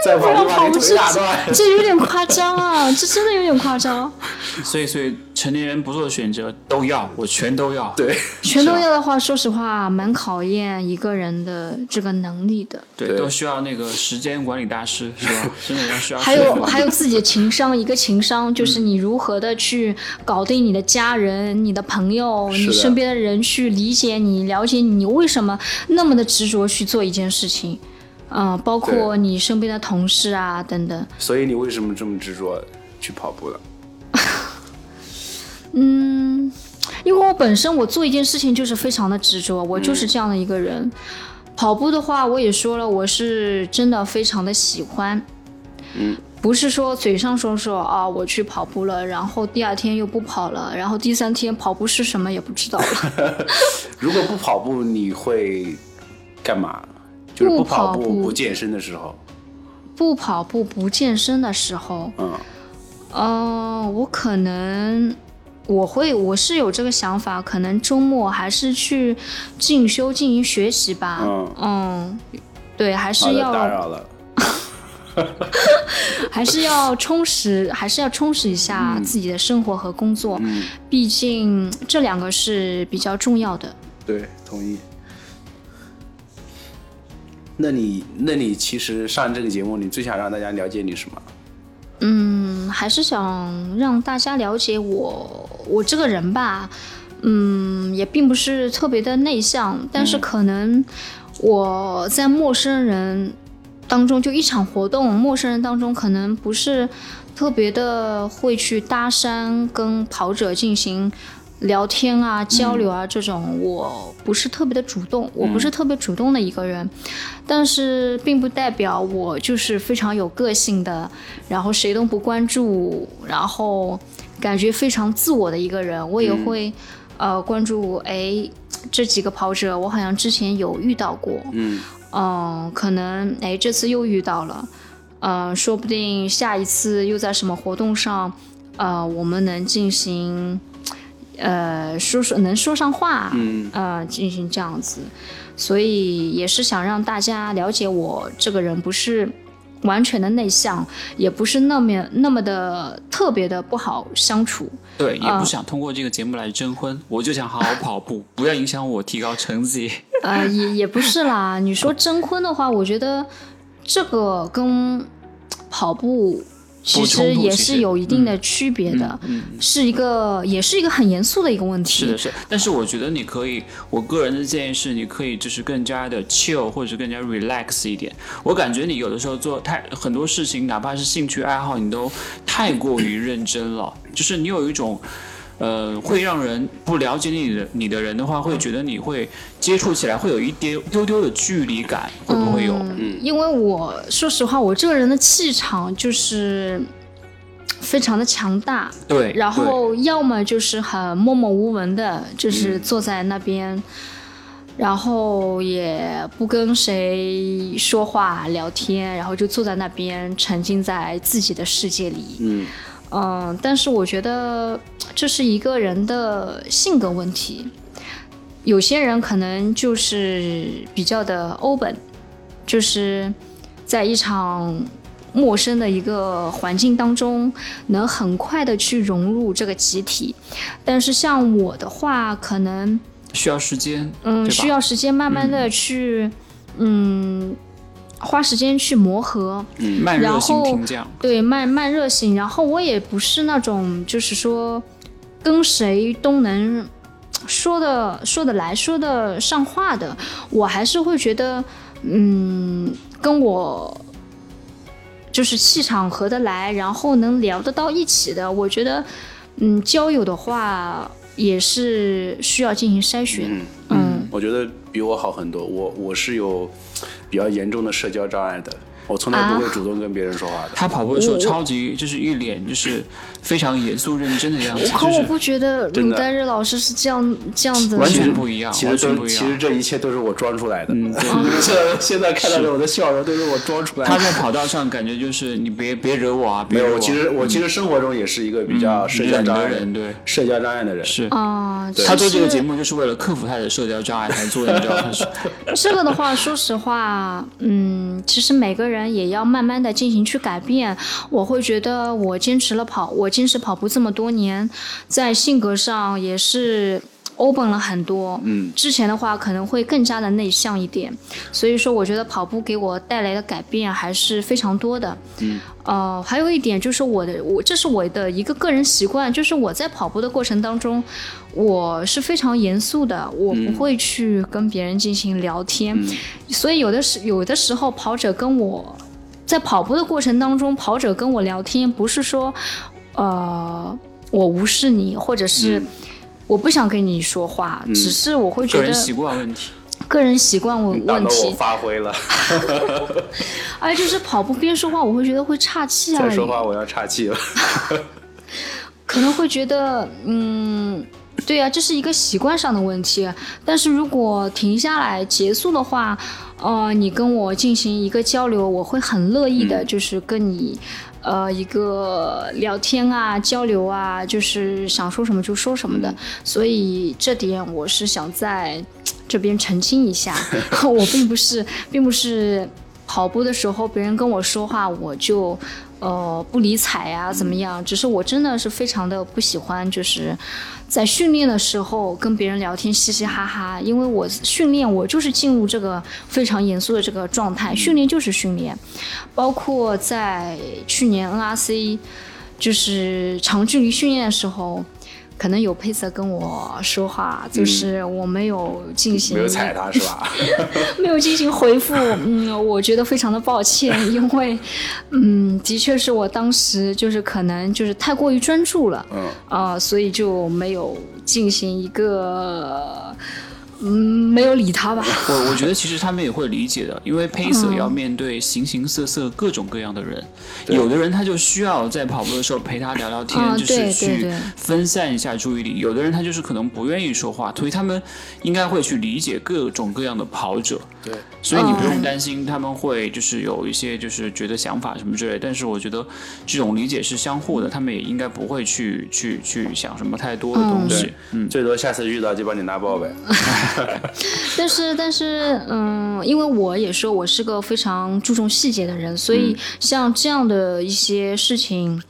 S1: 再跑
S3: 不
S1: 步
S3: 让
S1: 把
S3: 跑
S1: 你
S3: 步
S1: 腿
S3: 是
S1: 打断。
S3: 这有点夸张啊，这真的有点夸张。
S2: 所以所以成年人不做的选择都要，我全都要。
S1: 对
S3: 全
S1: 啊
S3: 都要的话，说实话，蛮考验一个人的这个能力的，
S2: 对
S1: 对
S2: 都需要那个时间管理大师，是 吧？真的要需要
S3: 还
S2: 说
S3: 有
S2: 服
S3: 还有自己的情商，一个情商
S1: 嗯
S3: 就是你如何的去搞定你的家人、你的朋友、
S1: 是的
S3: 你身边的人去理解你、了解你，你为什么那么的执着去做一件事情。嗯、包括
S1: 对
S3: 你身边的同事啊等等。
S1: 所以你为什么这么执着去跑步呢？
S3: 嗯，因为我本身我做一件事情就是非常的执着，我就是这样的一个人。跑步的话，我也说了，我是真的非常的喜欢。
S1: 嗯，
S3: 不是说嘴上说说啊，我去跑步了，然后第二天又不跑了，然后第三天跑步是什么也不知道了。
S1: 如果不跑步，你会干嘛？就是
S3: 不
S1: 不跑
S3: 跑
S1: 步、
S3: 步
S1: 不健身的时候，
S3: 不跑步不健身的时候，
S1: 嗯，
S3: 呃，我可能我会我是有这个想法，可能周末还是去进修进行学习吧。
S1: 嗯
S3: 对，还
S1: 好
S3: 是
S1: 的，
S3: 要
S1: 打扰了。
S3: 还是要充实，还是要充实一下自己的生活和工作，
S1: 嗯，
S3: 毕竟这两个是比较重要的。
S1: 对，同意。那你，那你其实上这个节目，你最想让大家了解你什么？
S3: 嗯，还是想让大家了解我，我这个人吧，嗯，也并不是特别的内向，但是可能我在陌生人当中，就一场活动，陌生人当中可能不是特别的会去搭讪，跟跑者进行。聊天啊，交流啊，这种我不是特别的主动，我不是特别主动的一个人，但是并不代表我就是非常有个性的，然后谁都不关注，然后感觉非常自我的一个人，我也
S1: 嗯
S3: 会、呃关注哎这几个跑者，我好像之前有遇到过，
S1: 嗯
S3: 嗯、可能哎这次又遇到了，呃，说不定下一次又在什么活动上，呃，我们能进行。呃，说说能说上话，
S1: 嗯
S3: 呃，进行这样子，所以也是想让大家了解我这个人不是完全的内向，也不是那么那么的特别的不好相处。
S2: 对，
S3: 嗯
S2: 也不想通过这个节目来征婚，我就想好好跑步，不要影响我提高成绩。
S3: 呃，也也不是啦。你说征婚的话，我觉得这个跟跑步其
S2: 不冲
S3: 实
S2: 突
S3: 也
S2: 其实嗯
S3: 是有一定的区别的，是一个也是一个很严肃的一个问题。
S2: 是的，是的，但是我觉得你可以，我个人的建议是，你可以就是更加的 chill 或者更加 relax 一点。我感觉你有的时候做太很多事情，哪怕是兴趣爱好，你都太过于认真了，就是你有一种。呃，会让人不了解你的你的人的话，会觉得你会接触起来会有一丢丢丢的距离感，会不会有？
S3: 因为我说实话，我这个人的气场就是非常的强大，
S2: 对，
S3: 然后要么就是很默默无闻的，
S2: 嗯
S3: 就是坐在那边，然后也不跟谁说话聊天，然后就坐在那边沉浸在自己的世界里。
S1: 嗯，
S3: 嗯，但是我觉得这是一个人的性格问题。有些人可能就是比较的 open，就是在一场陌生的一个环境当中，能很快的去融入这个集体。但是像我的话，可能
S2: 对需要时间，
S3: 嗯
S2: 对吧
S3: 需要时间慢慢的去嗯花时间去磨合。
S2: 慢热型
S3: 然后
S2: 评价。
S3: 对，慢慢热型。然后我也不是那种就是说跟谁都能说的说得来、说得上话的，我还是会觉得，嗯，跟我。就是气场合得来，然后能聊得到一起的，我觉得，嗯，交友的话也是需要进行筛选。嗯
S1: 我觉得比我好很多。我我是有比较严重的社交障碍的，我从来不
S2: 啊
S1: 会主动跟别人说话的。
S2: 他跑步的时候
S3: 我
S2: 超级就是一脸就是非常严肃认真的样子，
S3: 可
S2: 就
S3: 我
S2: 是
S3: 不觉得
S1: 真
S3: 鲁
S1: 的
S3: 丹日老师是这样这样 的，
S2: 完全不一样，
S1: 其
S2: 完
S1: 实
S2: 全
S1: 都
S2: 不一
S1: 其实
S2: 样。
S1: 这一切都是我装出来的。
S2: 嗯，对，
S1: 这现在看到的我的笑容都是我装出来的。
S2: 他在跑道上感觉就是你别别惹我啊，
S1: 没
S2: 别惹
S1: 有，
S2: 我。
S1: 我其实我其实生活中也是一个比较
S2: 嗯
S1: 社交障碍
S2: 比较人对
S1: 社交障碍的人。
S2: 是
S3: 啊，
S2: 他做
S3: 其实
S2: 这个节目就是为了克服他的社交障碍才做的，你知道 吗？
S3: 这个的话，说实话，嗯，其实每个人也要慢慢的进行去改变。我会觉得我坚持了跑，我坚持跑步这么多年，在性格上也是 open 了很多。
S1: 嗯，
S3: 之前的话可能会更加的内向一点，所以说我觉得跑步给我带来的改变还是非常多的。
S1: 嗯，
S3: 呃，还有一点就是我的我这是我的一个个人习惯，就是我在跑步的过程当中，我是非常严肃的，我不会去跟别人进行聊天，所以有的时有的时候跑者跟我在跑步的过程当中，跑者跟我聊天，不是说呃我无视你，或者是我不想跟你说话，只是我会觉
S2: 个
S3: 得
S2: 人习惯问题。
S3: 个人习惯问
S1: 嗯打
S3: 问
S1: 到我
S3: 题，
S1: 发挥了，
S3: 哎，就是跑步边说话，我会觉得会岔气啊
S1: 再，说话我要岔气了。
S3: 可能会觉得嗯。对啊，这是一个习惯上的问题。啊但是如果停下来结束的话，呃，你跟我进行一个交流，我会很乐意
S1: 嗯
S3: 的，就是跟你，呃，一个聊天啊、交流啊，就是想说什么就说什
S1: 嗯
S3: 么的。所以这点我是想在这边澄清一下， 我并不是，并不是跑步的时候别人跟我说话我就。呃，不理
S1: 嗯
S3: 睬呀、怎么样？只是我真的是非常的不喜欢，就是在训练的时候跟别人聊天嘻嘻哈哈，因为我训练我就是进入这个非常严肃的这个状
S1: 嗯
S3: 态，训练就是训练，包括在去年 NRC 就是长距离训练的时候。可能有配色跟我说话，就是我没有进
S1: 嗯
S3: 行、
S1: 没有踩他是 吧？
S3: 没有进行回复，嗯，我觉得非常的抱歉，因为，嗯，的确是我当时就是可能就是太过于专注了，
S1: 嗯，
S3: 啊、所以就没有进行一个，嗯，没有理他吧。
S2: 我我觉得其实他们也会理解的，因为 pacer 要
S3: 嗯
S2: 面对形形色色、各种各样的人，有的人他就需要在跑步的时候陪他聊聊天，
S3: 啊
S2: 就
S3: 对
S2: 是
S3: 对
S2: 去
S3: 对
S2: 分散一下注意力；有的人他就是可能不愿意说话，所以他们应该会去理解各种各样的跑者。
S1: 对，
S2: 所以你不用
S3: 嗯
S2: 担心他们会就是有一些就是觉得想法什么之类，但是我觉得这种理解是相互的，他们也应该不会去去去想什么太多的东西。嗯，
S1: 最多下次遇到就把你拉爆呗。
S3: 但是，但是，嗯，因为我也说我是个非常注重细节的人，所
S2: 嗯
S3: 以像这样的一些事情，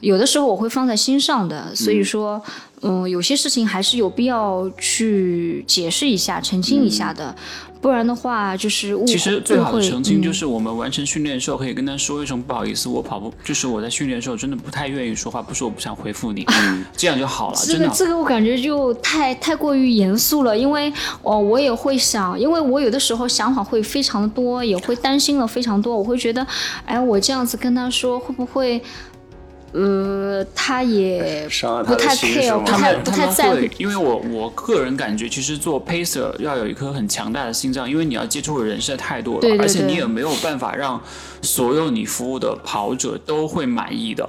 S3: 有的时候我会放在心上的。所以说，嗯，有些事情还是有必要去解释一下、澄清一下的，不然的话就是误会。
S2: 嗯其实最好
S3: 误
S2: 的
S3: 会
S2: 澄清就
S3: 嗯
S2: 是我们完成训练的时候，可以跟他说一声不好意思，我跑步就是我在训练的时候真的不太愿意说话，不是我不想回复你，这样就好了，
S3: 嗯这
S2: 真
S3: 个
S2: 的。
S3: 这个我感觉就太太过于严肃了，因为哦，我也会想，因为我有的时候想法会非常的多，也会担心了非常多，我会觉得，哎，我这样子跟他说会不会，呃，他 也
S1: 伤了他
S3: 不
S1: 的
S3: 太
S1: 心是
S3: care，
S1: 吗
S3: 不
S2: 他
S3: 太
S2: 们
S3: 不
S2: 他
S3: 太
S2: 们
S3: 在乎
S2: 会，，因为我我个人感觉，其实做 pacer 要有一颗很强大的心脏，因为你要接触的人实在太多了，
S3: 对对
S2: 而且你
S3: 对
S2: 也没有办法让所有你服务的跑者都会满意的，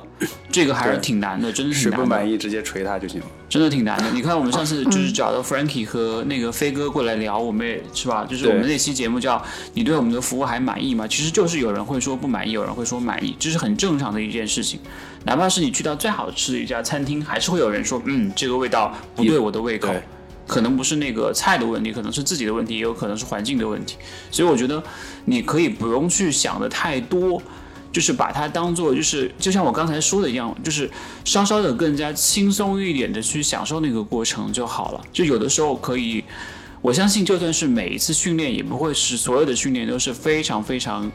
S2: 这个还是
S1: 对
S2: 挺难的，真的挺
S1: 是
S2: 难的。
S1: 不满意直接捶他就行了。
S2: 真的挺难的。你看，我们上次就是找到 Frankie 和那个飞哥过来聊，我们也是吧？就是我们那期节目叫“你对我们的服务还满意吗？”其实就是有人会说不满意，有人会说满意，这是很正常的一件事情。哪怕是你去到最好吃的一家餐厅，还是会有人说：“嗯，这个味道不对我的胃口。
S1: 对”
S2: 可能不是那个菜的问题，可能是自己的问题，也有可能是环境的问题。所以我觉得你可以不用去想的太多，就是把它当做就是就像我刚才说的一样，就是稍稍的更加轻松一点的去享受那个过程就好了。就有的时候可以，我相信就算是每一次训练，也不会是所有的训练都是非常非常。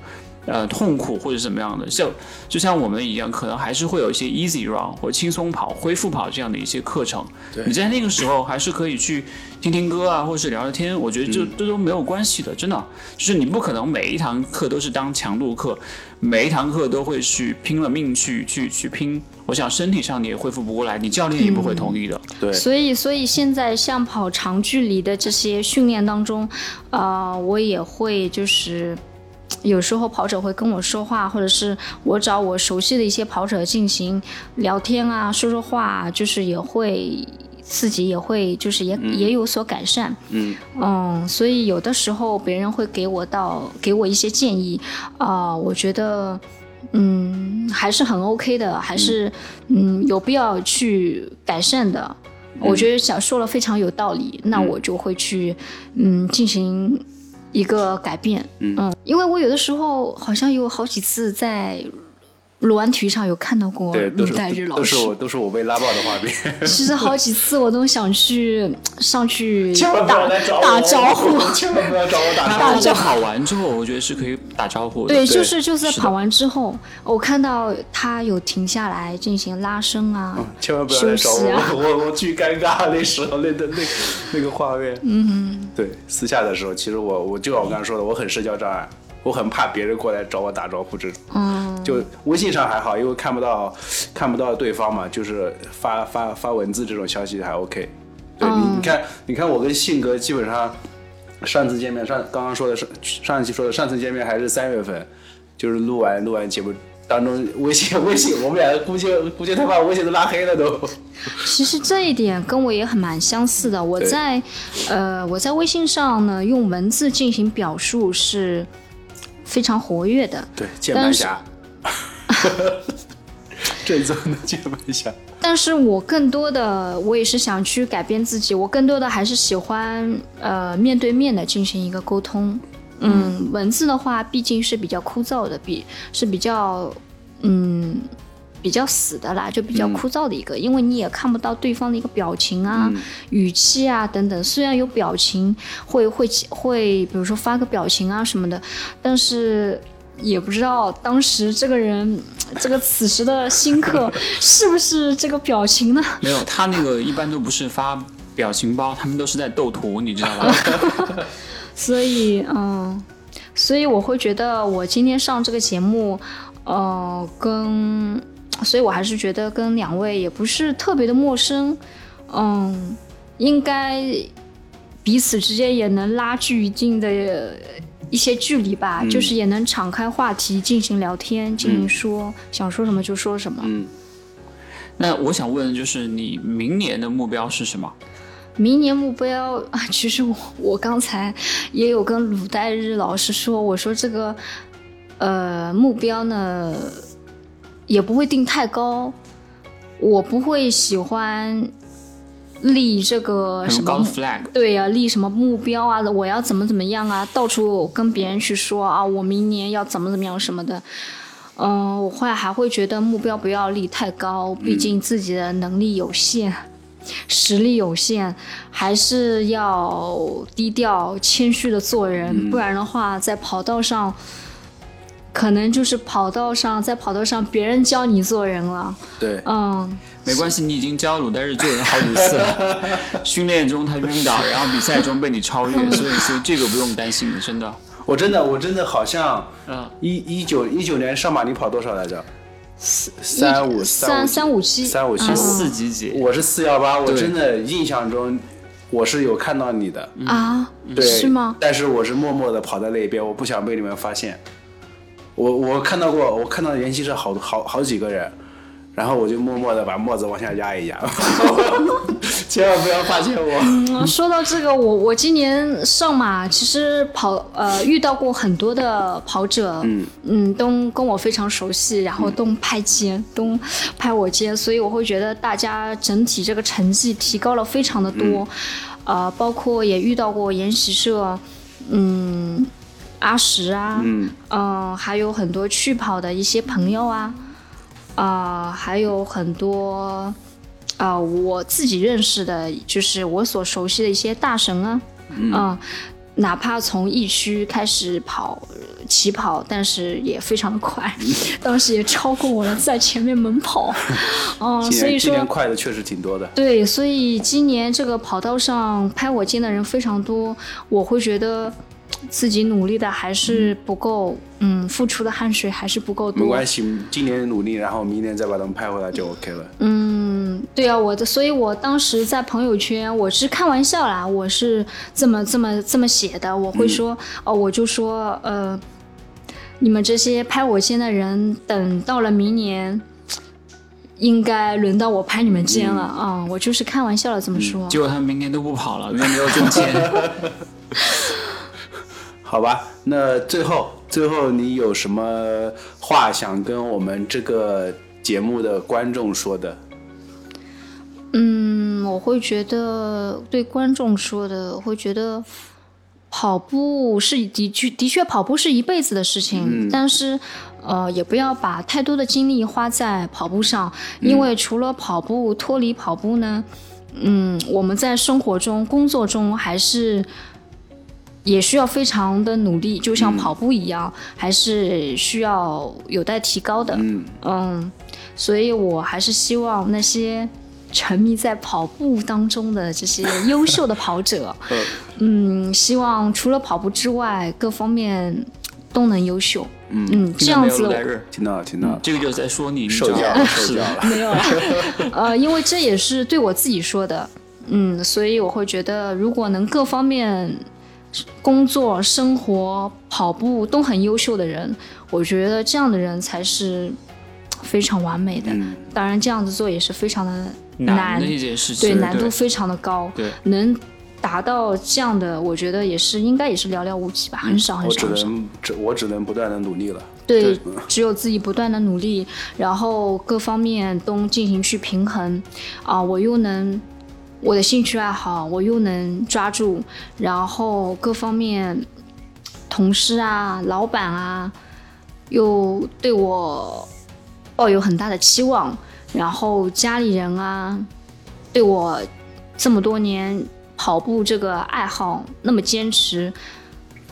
S2: 呃，痛苦或者怎么样的，像就像我们一样，可能还是会有一些 easy run 或轻松跑、恢复跑这样的一些课程。你在那个时候还是可以去听听歌啊，或者是聊聊天，我觉得这、这都没有关系的，真的。就是你不可能每一堂课都是当强度课，每一堂课都会去拼了命去去去拼。我想身体上你也恢复不过来，你教练也不会同意的。
S1: 对，
S3: 所以，所以现在像跑长距离的这些训练当中，呃，我也会就是。有时候跑者会跟我说话，或者是我找我熟悉的一些跑者进行聊天啊，说说话啊，就是也会自己也会就是也、也有所改善。
S1: 嗯
S3: 嗯，所以有的时候别人会给我到给我一些建议，啊、我觉得嗯还是很 OK 的，还是嗯有必要去改善的。
S1: 嗯
S3: 我觉得想说了非常有道理，那我就会去嗯进行嗯一个改变，嗯因为我有的时候好像有好几次在。鲁湾体育场有看到过
S1: 对，都
S3: 陆
S1: 是
S3: 代日老
S1: 都
S3: 师
S1: 是。我都是我被拉爆的画 面。
S3: 其实好几次我都想去 上去
S1: 千万不要
S3: 打
S1: 来找我
S3: 打招 呼，
S1: 千万不要找我打
S3: 打
S1: 招
S2: 大
S1: 呼。
S2: 家跑完之后，我觉得是可以打招呼的。
S3: 对，
S1: 对
S3: 就是就是在
S2: 是的
S3: 跑完之后，我看到他有停下来进行拉伸啊，
S1: 千万不要来找
S3: 休息
S1: 我，
S3: 啊
S1: 我 我我巨尴尬那时候那的那那个画面。嗯，对，私下的时候，其实我我就像我刚才说的，我很社交障碍，我很怕别人过来找我打招呼这种。
S3: 嗯，
S1: 就微信上还好，因为看不到看不到对方嘛，就是发发发文字这种消息还 OK。对你
S3: 嗯
S1: 你看你看我跟信哥基本上上次见面上刚刚说的上上一期说的上次见面还是三月份，就是录完录完节目。当中微信 微信，我们俩估计估计他把微信都拉黑了都。
S3: 其实这一点跟我也很蛮相似的。我
S1: 对
S3: 在呃我在微信上呢用文字进行表述是非常活跃的，
S1: 对， 键
S3: 但
S1: 盘
S3: 是
S1: 侠，正宗的键盘侠。
S3: 但是我更多的，我也是想去改变自己，我更多的还是喜欢呃面对面的进行一个沟通。嗯，文字的话毕竟是比较枯燥的，比是比较嗯比较死的啦，就比较枯燥的一个，因为你也看不到对方的一个表情啊、语气啊等等。虽然有表情，会会会，比如说发个表情啊什么的，但是也不知道当时这个人，这个此时的新客是不是这个表情呢？
S2: 没有，他那个一般都不是发表情包，他们都是在斗图，你知道 吧？
S3: 所以，嗯，所以我会觉得我今天上这个节目，呃，跟，所以我还是觉得跟两位也不是特别的陌生，嗯，应该彼此之间也能拉锯一定的呃一些距离吧，就是也能敞开话题进行聊天，进行说、想说什么就说什么。
S1: 嗯，
S2: 那我想问，就是你明年的目标是什么？
S3: 明年目标啊，其实我我刚才也有跟鲁代日老师说，我说这个呃目标呢也不会定太高，我不会喜欢立这个呃什
S2: 很
S3: 么
S2: 高的
S3: 目
S2: flag，
S3: 对呀、立什么目标啊，我要怎么怎么样啊，到处跟别人去说啊，我明年要怎么怎么样什么的。嗯、我后来还会觉得目标不要立太高，毕竟自己的能力有限，实力有限，还是要低调谦虚的做人，不然的话，在跑道上，可能就是跑道上，在跑道上别人教你做人了。
S1: 对，
S3: 嗯，
S2: 没关系，你已经教鲁代日做人好几次 了，训练中他晕倒，然后比赛中被你超越，所以所以这个不用担心，真的。
S1: 我真的我真的好像
S2: 嗯，
S1: 一一九一九年上马你跑多少来着？三三五
S3: 三
S1: 三
S3: 五七，
S1: 三五七啊
S2: 是
S1: 五
S2: 四级几？
S1: 我是四幺八，我
S2: 对
S1: 真的印象中我是有看到你的，
S3: 啊，
S1: 对，
S3: 是吗？
S1: 但是我是默默的跑在那一边，我不想被你们发现。我我看到过，我看到联系社好好好几个人，然后我就默默的把帽子往下压一 压，千万不要发现我。
S3: 嗯，说到这个，我我今年上马，其实跑呃遇到过很多的跑者，嗯都跟我非常熟悉，然后都拍肩，都拍我肩，所以我会觉得大家整体这个成绩提高了非常的多，呃，包括也遇到过研习社，嗯，阿石啊，嗯、还有很多去跑的一些朋友啊，啊、还有很多。啊、我自己认识的，就是我所熟悉的一些大神啊，嗯、哪怕从疫区开始跑呃起跑，但是也非常的快，当时也超过我了，在前面猛 跑，嗯、
S1: 今
S3: 所以
S1: 年今
S3: 说
S1: 年快的确实挺多的，
S3: 对，所以今年这个跑道上拍我肩的人非常多，我会觉得自己努力的还是不够，嗯付出的汗水还是不够多，
S1: 没关系，今年努力，然后明年再把他们拍回来就 OK 了。
S3: 嗯，对啊，我的，所以我当时在朋友圈，我是开玩笑啦，我是这么这么这么写的，我
S1: 嗯
S3: 会说，哦，我就说，呃，你们这些拍我肩的人，等到了明年，应该轮到我拍你们肩了
S1: 嗯
S3: 啊、我就是开玩笑的这么说。
S2: 结果他们明年都不跑了，因为没有挣钱。
S1: 好吧，那最后最后你有什么话想跟我们这个节目的观众说的？
S3: 嗯，我会觉得对观众说的，我会觉得跑步是的确的确跑步是一辈子的事情，但是，嗯、呃，也不要把太多的精力花在跑步上，因为除了跑步，脱离跑步呢，嗯，我们在生活中、工作中还是也需要非常的努力，就像跑步一样，还是需要有待提高的。
S1: 嗯，
S3: 嗯，所以我还是希望那些沉迷在跑步当中的这些优秀的跑者，
S1: 呃，
S3: 嗯，希望除了跑步之外，各方面都能优秀。嗯这样子
S2: 听到没有，陆来日
S1: 听到了听到了，
S2: 这个就是在说你，你知
S1: 受
S2: 道
S1: 教
S2: 吗
S1: 了受教了，
S3: 嗯没有啊，呃，因为这也是对我自己说的，嗯，所以我会觉得，如果能各方面工作、生活、跑步都很优秀的人，我觉得这样的人才是非常完美的。
S1: 嗯
S3: 当然，这样子做也是非常的
S2: 难的一件事情，
S3: 对，
S2: 对
S3: 难度非常的高，
S2: 对
S3: 能达到这样的，我觉得也是应该也是寥寥无几吧，很少很
S1: 我
S3: 少
S1: 只
S3: 很少。
S1: 能只我只能不断的努力了。
S3: 对，只有自己不断的努力，然后各方面都进行去平衡，啊，我又能我的兴趣爱好，我又能抓住，然后各方面同事啊、老板啊，又对我抱有很大的期望，然后家里人啊，对我这么多年跑步这个爱好那么坚持，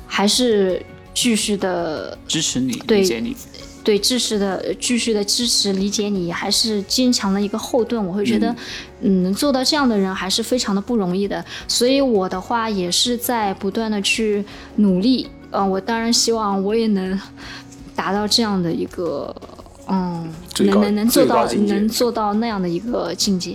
S3: 还是继续的
S2: 支持你，
S3: 对
S2: 理解你，
S3: 对支持的呃继续的支持理解你，还是坚强的一个后盾。我会觉得，嗯，能做到这样的人还是非常的不容易的。所以我的话也是在不断的去努力。嗯、我当然希望我也能达到这样的一个，嗯，
S1: 最
S3: 能
S1: 高
S3: 能能做
S1: 最高
S3: 到
S1: 境界
S3: 能做到那样的一个境界。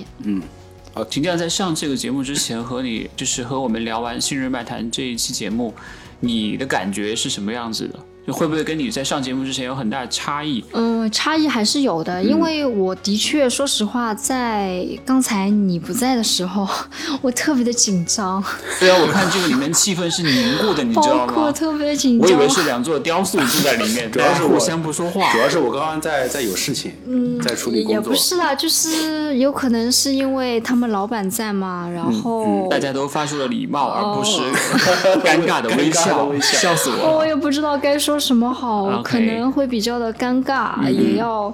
S2: 请教在上这个节目之前，和你就是和我们聊完《新人漫谈》这一期节目，你的感觉是什么样子的？就会不会跟你在上节目之前有很大的差异？
S3: 嗯，差异还是有的，因为我的确，说实话，在刚才你不在的时候， 我特别的紧张，
S2: 对啊，我看这个里面气氛是凝固的，你知
S3: 包
S2: 道
S3: 括
S2: 吗？
S3: 特别的紧
S2: 我
S3: 张。
S2: 以为是两座雕塑住在里面，
S1: 主要是
S2: 大家互
S1: 我
S2: 相不说话
S1: 主。要是我刚刚在在有事情，嗯，在处理
S3: 也
S1: 工作
S3: 不，是啦，就是有可能是因为他们老板在嘛，然后、
S2: 嗯大家都发出了礼貌，而不是
S3: 哦
S2: 尴尬的微
S1: 尴尬的
S2: 笑，
S1: 微笑
S2: 笑死我
S3: 我
S2: 了！
S3: 也不知道该说什么好
S2: 啊 OK 嗯
S3: 可能会比较的尴尬，也要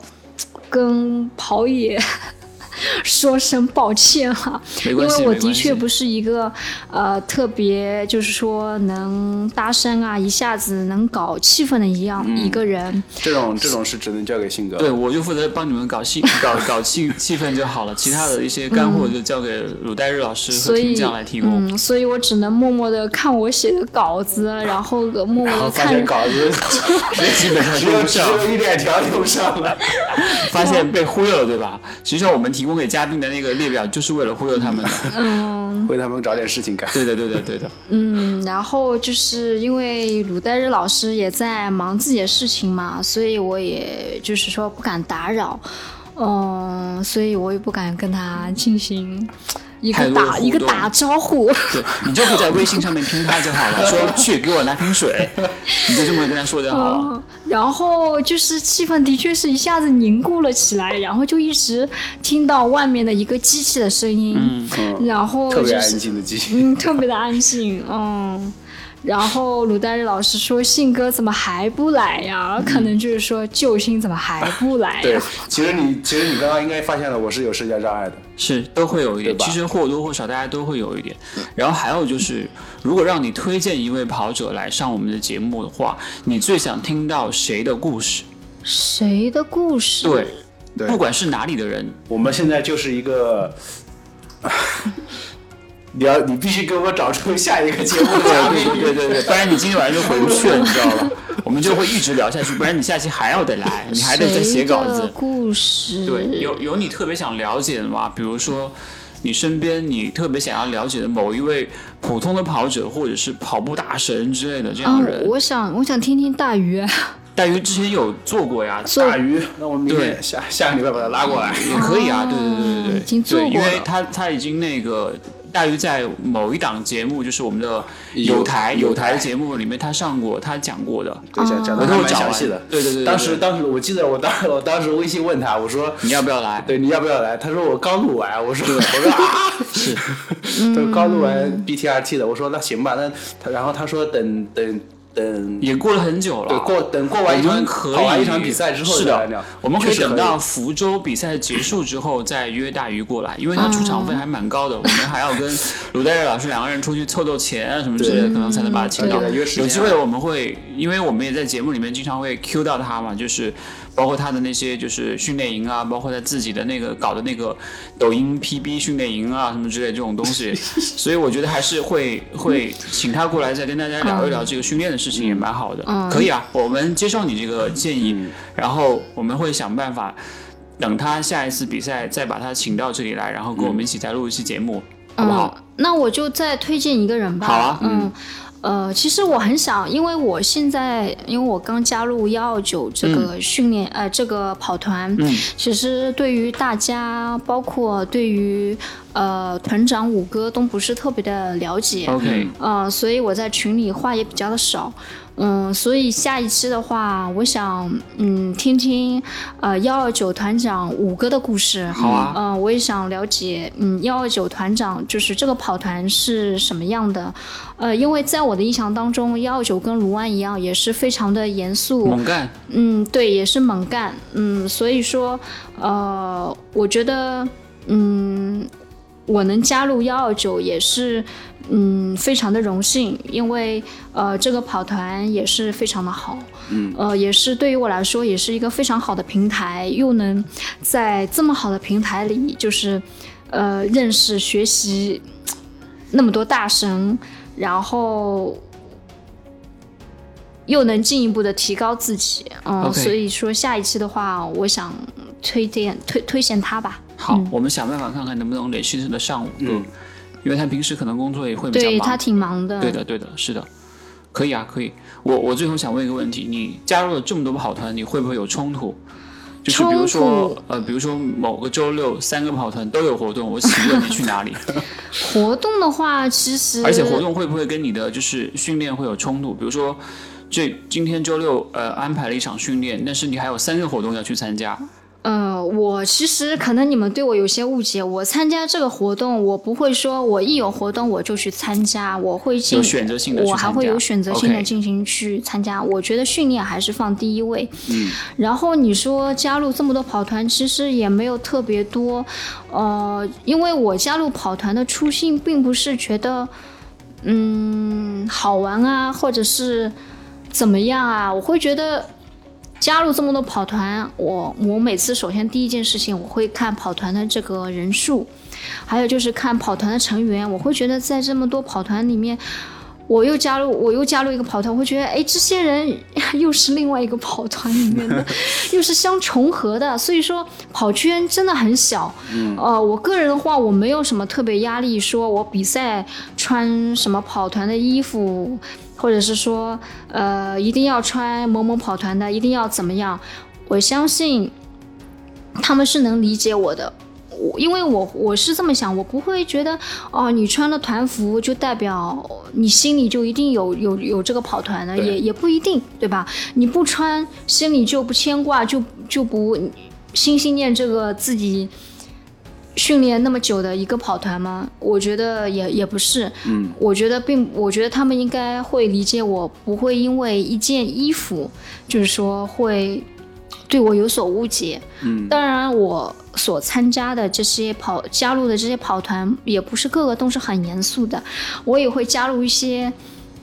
S3: 跟跑野 说声抱歉了，
S2: 没
S3: 因
S2: 关系
S3: 为我
S2: 没关系
S3: 的确不是一个呃特别就是说能搭讪啊，一下子能搞气氛的一样、
S2: 嗯
S3: 一个人。
S1: 这种这种事只能交给性格。
S2: 对，我就负责帮你们搞气搞搞气气氛就好了，其他的一些干货就交给鲁代日老师和
S3: 所
S2: 听
S3: 以
S2: 将来提供。
S3: 嗯，所以我只能默默的看我写的稿子，然后呃默默
S1: 然后
S3: 的
S1: 发
S3: 嗯看
S1: 现稿子
S2: 基本上
S1: 只有
S2: 用不
S1: 只
S2: 上，
S1: 有一两条用上了，
S2: 发现被忽悠了，对吧？实际上我们提供给嘉宾的那个列表就是为了忽悠他们的。
S1: 为他们找点事情干。
S2: 对的，对的，对的。
S3: 嗯，然后就是因为鲁代日老师也在忙自己的事情嘛，所以我也就是说不敢打扰，嗯，所以我也不敢跟他进行一
S2: 太
S3: 个
S2: 多的
S3: 打
S2: 互
S3: 一个
S2: 动
S3: 打招呼。
S2: 对，你就可以在微信上面拼他就好了，说去给我拿瓶水，你就这么跟他说就好了。
S3: 嗯，然后就是气氛的确是一下子凝固了起来，然后就一直听到外面的一个机器的声音，
S1: 嗯
S3: 然后
S1: 特
S3: 就
S1: 别安
S3: 是
S1: 静的记忆。
S3: 嗯，特别的安静，嗯。然后鲁代日老师说：“信哥怎么还不来呀？”
S2: 嗯
S3: 可能就是说救星怎么还不来
S1: 对
S3: 呀？，
S1: 其实你其实你刚刚应该发现了，我是有社交障碍的。
S2: 是，都会有一点。
S1: 对吧
S2: 其实或多或少大家都会有一点。然后还有就是，如果让你推荐一位跑者来上我们的节目的话，你最想听到谁的故事？
S3: 谁的故事？
S2: 对，
S1: 对
S2: 不管是哪里的人，
S1: 我们现在就是一个，你要你必须给我找出下一个节 目的嘉宾。
S2: 对对对对，不然你今天晚上就回不 去了，你知道吧？我们就会一直聊下去，不然你下期还要得来，你还得再写稿
S3: 谁的
S2: 子。
S3: 故事，啊
S2: 对，有有你特别想了解的吗？比如说，你身边你特别想要了解的某一位普通的跑者，或者是跑步大神之类的这样
S3: 嗯
S2: 的，人。
S3: 我想，我想听听大鱼。
S2: 大鱼之前有做过呀，
S3: 做
S1: 打鱼，那我们明
S2: 对
S1: 天下下个礼拜把他拉 过来。
S2: 也可以啊，
S3: 哦
S2: 对对对对对，
S3: 已经做
S2: 对
S3: 过
S2: 因为
S3: 了
S2: 他他已经那个大鱼在某一档节目，就是我们的
S1: 有
S2: 有台
S1: 有
S2: 有台
S1: 台
S2: 节目里面他上过，他讲过的。
S1: 对，讲讲的
S2: 回
S1: 还
S2: 头
S1: 蛮
S2: 找
S1: 详
S2: 完
S1: 细的。
S2: 对对对对对
S1: 当时当时我记得我当我当时微信问他，我说
S2: 你要不要来？
S1: 对，你要不要来？他说我刚录完，我说我 说啊，是，他说刚录完 BTRT 的，我说那行吧，那他然后他说等等等
S2: 也过了很久了。
S1: 对过等过完
S2: 我
S1: 一场
S2: 们可以
S1: 跑完一场比赛之后
S2: 是
S1: 再来
S2: 的
S1: 聊，
S2: 我们可
S1: 确
S2: 以
S1: 实
S2: 等到福州比赛结束之后再约大鱼过来，因为他出场费还蛮高的，我们还要跟鲁代尔老师两个人出去凑凑钱啊什么之类的，
S1: 对
S2: 可能才能把他请到。
S1: 对约时间
S2: 有机会我们会，因为我们也在节目里面经常会 Q 到他嘛，就是包括他的那些就是训练营啊，包括他自己的那个搞的那个抖音 PB 训练营啊什么之类的这种东西，所以我觉得还是会会请他过来再跟大家聊一聊这个训练的事情也蛮好的，
S3: 嗯
S2: 可以啊，我们接受你这个建议，然后我们会想办法。等他下一次比赛再把他请到这里来，然后跟我们一起再录一期节目，好不好？
S3: 嗯，那我就再推荐一个人吧。
S2: 好啊
S3: 嗯。呃，其实我很想，因为我现在，因为我刚加入幺二九这个训练，呃，这个跑团，
S2: 嗯
S3: 其实对于大家，包括对于呃团长五哥，都不是特别的了解。
S2: OK，
S3: 呃，所以我在群里话也比较的少，嗯，所以下一期的话，我想嗯听听呃幺二九团长五哥的故事。
S2: 好啊
S3: 嗯、我也想了解嗯幺二九团长就是这个跑团是什么样的，呃，因为在我的印象当中，幺二九跟卢湾一样，也是非常的严肃，
S2: 猛干，
S3: 嗯，对，也是猛干，嗯，所以说，呃，我觉得，嗯，我能加入幺二九也是，嗯，非常的荣幸，因为呃，这个跑团也是非常的好，嗯，呃，也是对于我来说也是一个非常好的平台，又能在这么好的平台里，就是呃，认识学习那么多大神，然后又能进一步的提高自己，嗯
S2: OK
S3: 所以说下一期的话，我想推荐推推荐他吧。
S2: 好，我们想办法看看能不能联系他的上午，嗯，因为他平时可能工作也会比较
S3: 对
S2: 忙，
S3: 他挺忙的，
S2: 对的，对的，是的，可以啊，可以。我我最后想问一个问题：你加入了这么多跑团，你会不会有冲突？就是比如
S3: 冲
S2: 说，呃，比如说某个周六三个跑团都有活动，我请问你去哪里？
S3: 活动的话，其实
S2: 而且活动会不会跟你的就是训练会有冲突？比如说，这今天周六呃安排了一场训练，但是你还有三个活动要去参加。
S3: 呃，我其实可能你们对我有些误解。我参加这个活动，我不会说我一有活动我就去参加，我会进
S2: 有选择性地去
S3: 我还会
S2: 参加
S3: 有选择性的
S2: OK
S3: 进行去参加。我觉得训练还是放第一位。嗯，然后你说加入这么多跑团，其实也没有特别多。呃，因为我加入跑团的初心并不是觉得嗯好玩啊，或者是怎么样啊，我会觉得。加入这么多跑团，我我每次首先第一件事情我会看跑团的这个人数，还有就是看跑团的成员，我会觉得在这么多跑团里面，我又加入我又加入一个跑团，我会觉得哎，这些人又是另外一个跑团里面的，又是相重合的，所以说跑圈真的很小。嗯，呃，我个人的话，我没有什么特别压力，说我比赛穿什么跑团的衣服，或者是说呃一定要穿某某跑团的，一定要怎么样。我相信他们是能理解我的。我因为我我是这么想，我不会觉得哦，你穿了团服就代表你心里就一定有有有这个跑团的，
S1: 对
S3: 也也不一定，对吧？你不穿，心里就不牵挂，就就不心心念这个自己训练那么久的一个跑团吗？我觉得也也不是，嗯，我觉得并我觉得他们应该会理解我，不会因为一件衣服就是说会对我有所误解。嗯，当然我所参加的这些跑加入的这些跑团，也不是个个都是很严肃的，我也会加入一些，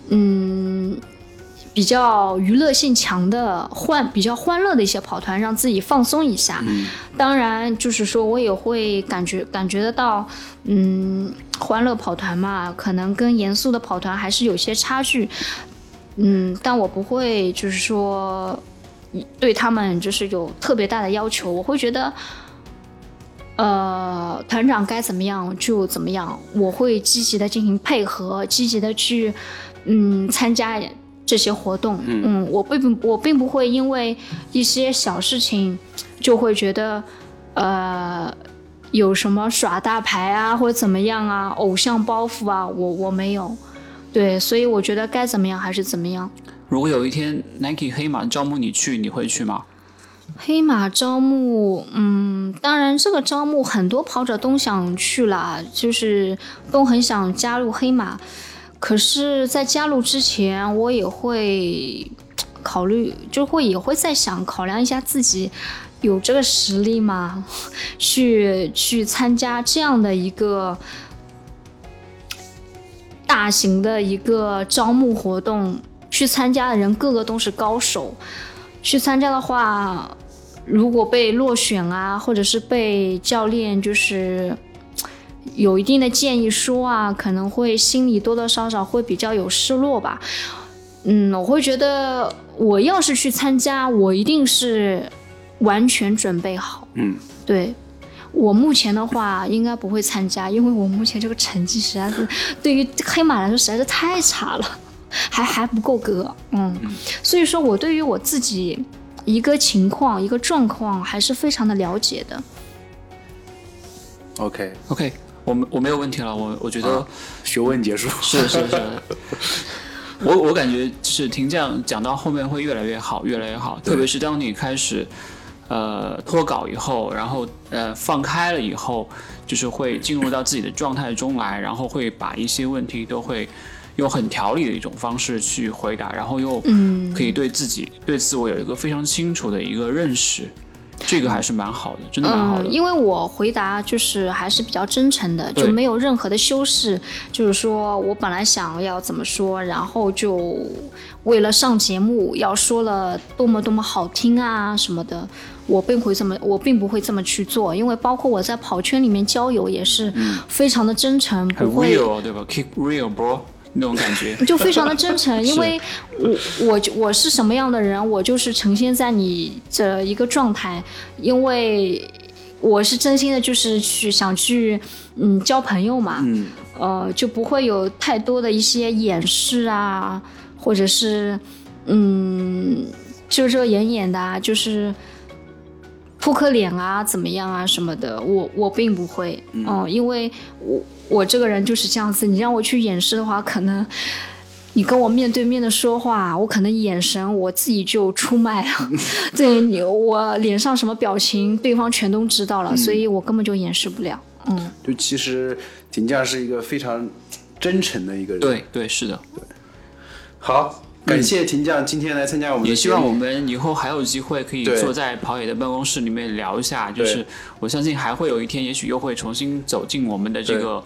S3: 嗯。比较娱乐性强的欢比较欢乐的一些跑团，让自己放松一下。当然，就是说我也会感觉感觉得到，嗯，欢乐跑团嘛，可能跟严肃的跑团还是有些差距。嗯，但我不会就是说对他们就是有特别大的要求，我会觉得，呃，团长该怎么样就怎么样，我会积极的进行配合，积极的去嗯参加这些活动，嗯我并不我并不会因为一些小事情就会觉得呃有什么耍大牌啊或者怎么样啊，偶像包袱啊，我我没有。对，所以我觉得该怎么样还是怎么样。
S2: 如果有一天 Nike 黑马招募你去，你会去吗？
S3: 黑马招募，嗯，当然这个招募很多跑者都想去啦，就是都很想加入黑马。可是，在加入之前，我也会考虑，就会也会在想考量一下自己有这个实力吗？去去参加这样的一个大型的一个招募活动，去参加的人个个都是高手，去参加的话，如果被落选啊，或者是被教练就是有一定的建议书啊，可能会心里多多少少会比较有失落吧。嗯，我会觉得我要是去参加，我一定是完全准备好。
S1: 嗯，
S3: 对。我目前的话应该不会参加，因为我目前这个成绩实在是对于黑马来说实在是太差了，还还不够格。嗯，所以说我对于我自己一个情况一个状况还是非常的了解的。
S1: ，OK，
S2: OK，我没我没有问题了，我我觉得、
S1: 学问结束。
S2: 是是是， 我我感觉就是听这样讲到后面会越来越好，越来越好。特别是当你开始呃脱稿以后，然后呃放开了以后，就是会进入到自己的状态中来，然后会把一些问题都会用很条理的一种方式去回答，然后又
S3: 嗯
S2: 可以对自己、对自我有一个非常清楚的一个认识，这个还是蛮好的，真的蛮好的。
S3: 嗯因为我回答就是还是比较真诚的，
S2: 对
S3: 就没有任何的修饰。就是说我本来想要怎么说，然后就为了上节目要说了多么多么好听啊什么的，我并不会这么，我并不会这么去做。因为包括我在跑圈里面交友也是非常的真诚，
S2: 很
S3: 不会
S2: real 对吧？Keep real bro 那种感觉。
S3: 就非常的真诚，因为我我就我是什么样的人，我就是呈现在你这一个状态，因为我是真心的，就是去想去嗯交朋友嘛，
S1: 嗯，
S3: 呃，就不会有太多的一些掩饰啊，或者是嗯遮遮掩掩的、啊，就是扑克脸啊，怎么样啊什么的，我我并不会，嗯、因为我我这个人就是这样子，你让我去掩饰的话，可能。你跟我面对面的说话，我可能眼神我自己就出卖了，对你我脸上什么表情，对方全都知道了，所以我根本就掩饰不了。嗯，
S1: 就其实景酱是一个非常真诚的一个人。
S2: 对，对，是的。
S1: 好，感谢秦酱今天来参加我们
S2: 也
S1: 的
S2: 希
S1: 节目，
S2: 望我们以后还有机会可以
S1: 对
S2: 坐在跑野的办公室里面聊一下，就是
S1: 对
S2: 我相信还会有一天，也许又会重新走进我们的这个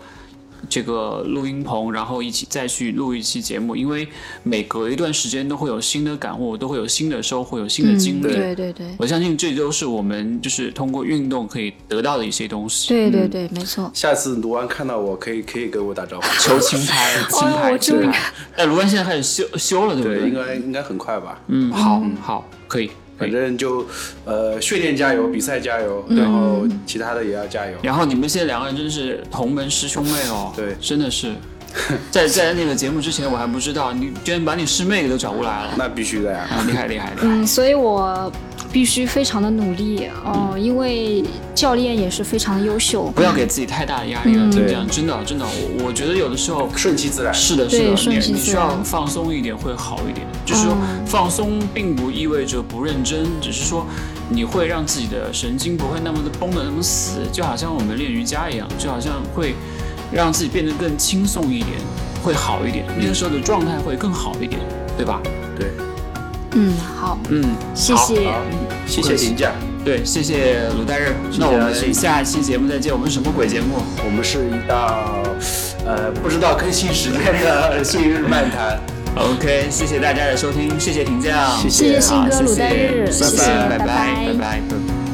S2: 这个录音棚，然后一起再去录一期节目，因为每隔一段时间都会有新的感悟，都会有新的收获，有新的经
S3: 嗯、
S2: 历。
S3: 对对对
S2: 我相信这都是我们就是通过运动可以得到的一些东西。
S3: 对对对，没错。
S1: 下次卢安看到我可以可以跟我打招呼。
S2: 求轻拍， 轻
S3: 哎呦
S2: 拍，
S3: 我
S2: 轻
S3: 终于
S2: 拍。但卢安现在开始修修了，对不
S3: 嗯
S1: 对，应该应该很快吧。
S2: 嗯，好，好，可以，可
S1: 反
S2: 以。
S1: 正就呃训练加油，比赛加油，然后其他的也要加油。
S3: 嗯
S2: 然后你们现在两个人真是同门师兄妹哦，
S1: 对
S2: 真的是，在在那个节目之前我还不知道，你居然把你师妹给都找过来了，
S1: 那必须的呀。
S2: 啊，厉害厉害厉害，
S3: 嗯，所以我必须非常的努力哦、因为教练也是非常优秀。
S2: 不要给自己太大的压力了，
S3: 嗯
S2: 就这样，真的真的，我我觉得有的时候。
S1: 顺其自然，
S2: 是的，是
S3: 对
S2: 的，
S3: 顺
S2: 你
S3: 其
S2: 你
S3: 自
S2: 需要
S3: 然
S2: 放松一点会好一点。就是说，
S3: 嗯
S2: 放松并不意味着不认真，只是说你会让自己的神经不会那么的绷得那么死，就好像我们练瑜伽一样，就好像会让自己变得更轻松一点，会好一点，那个时候的状态会更好一点，对吧？
S1: 对，
S3: 嗯，好，
S2: 嗯，
S3: 谢
S2: 好
S3: 谢。
S1: 好，谢谢评价，
S2: 对，谢谢啊鲁代日。那我们下期节目再见。我们是什么鬼节目？
S1: 我们是一档呃不知道更新时间的 幸运漫谈，
S2: OK，谢谢大家的收听，谢谢评价，
S1: 谢
S3: 谢谢
S1: 谢
S3: 信
S2: 好
S3: 哥
S2: 谢
S3: 鲁代
S2: 谢
S3: 日，
S2: 拜
S3: 谢谢，
S2: 拜拜
S3: 拜
S2: 拜拜拜。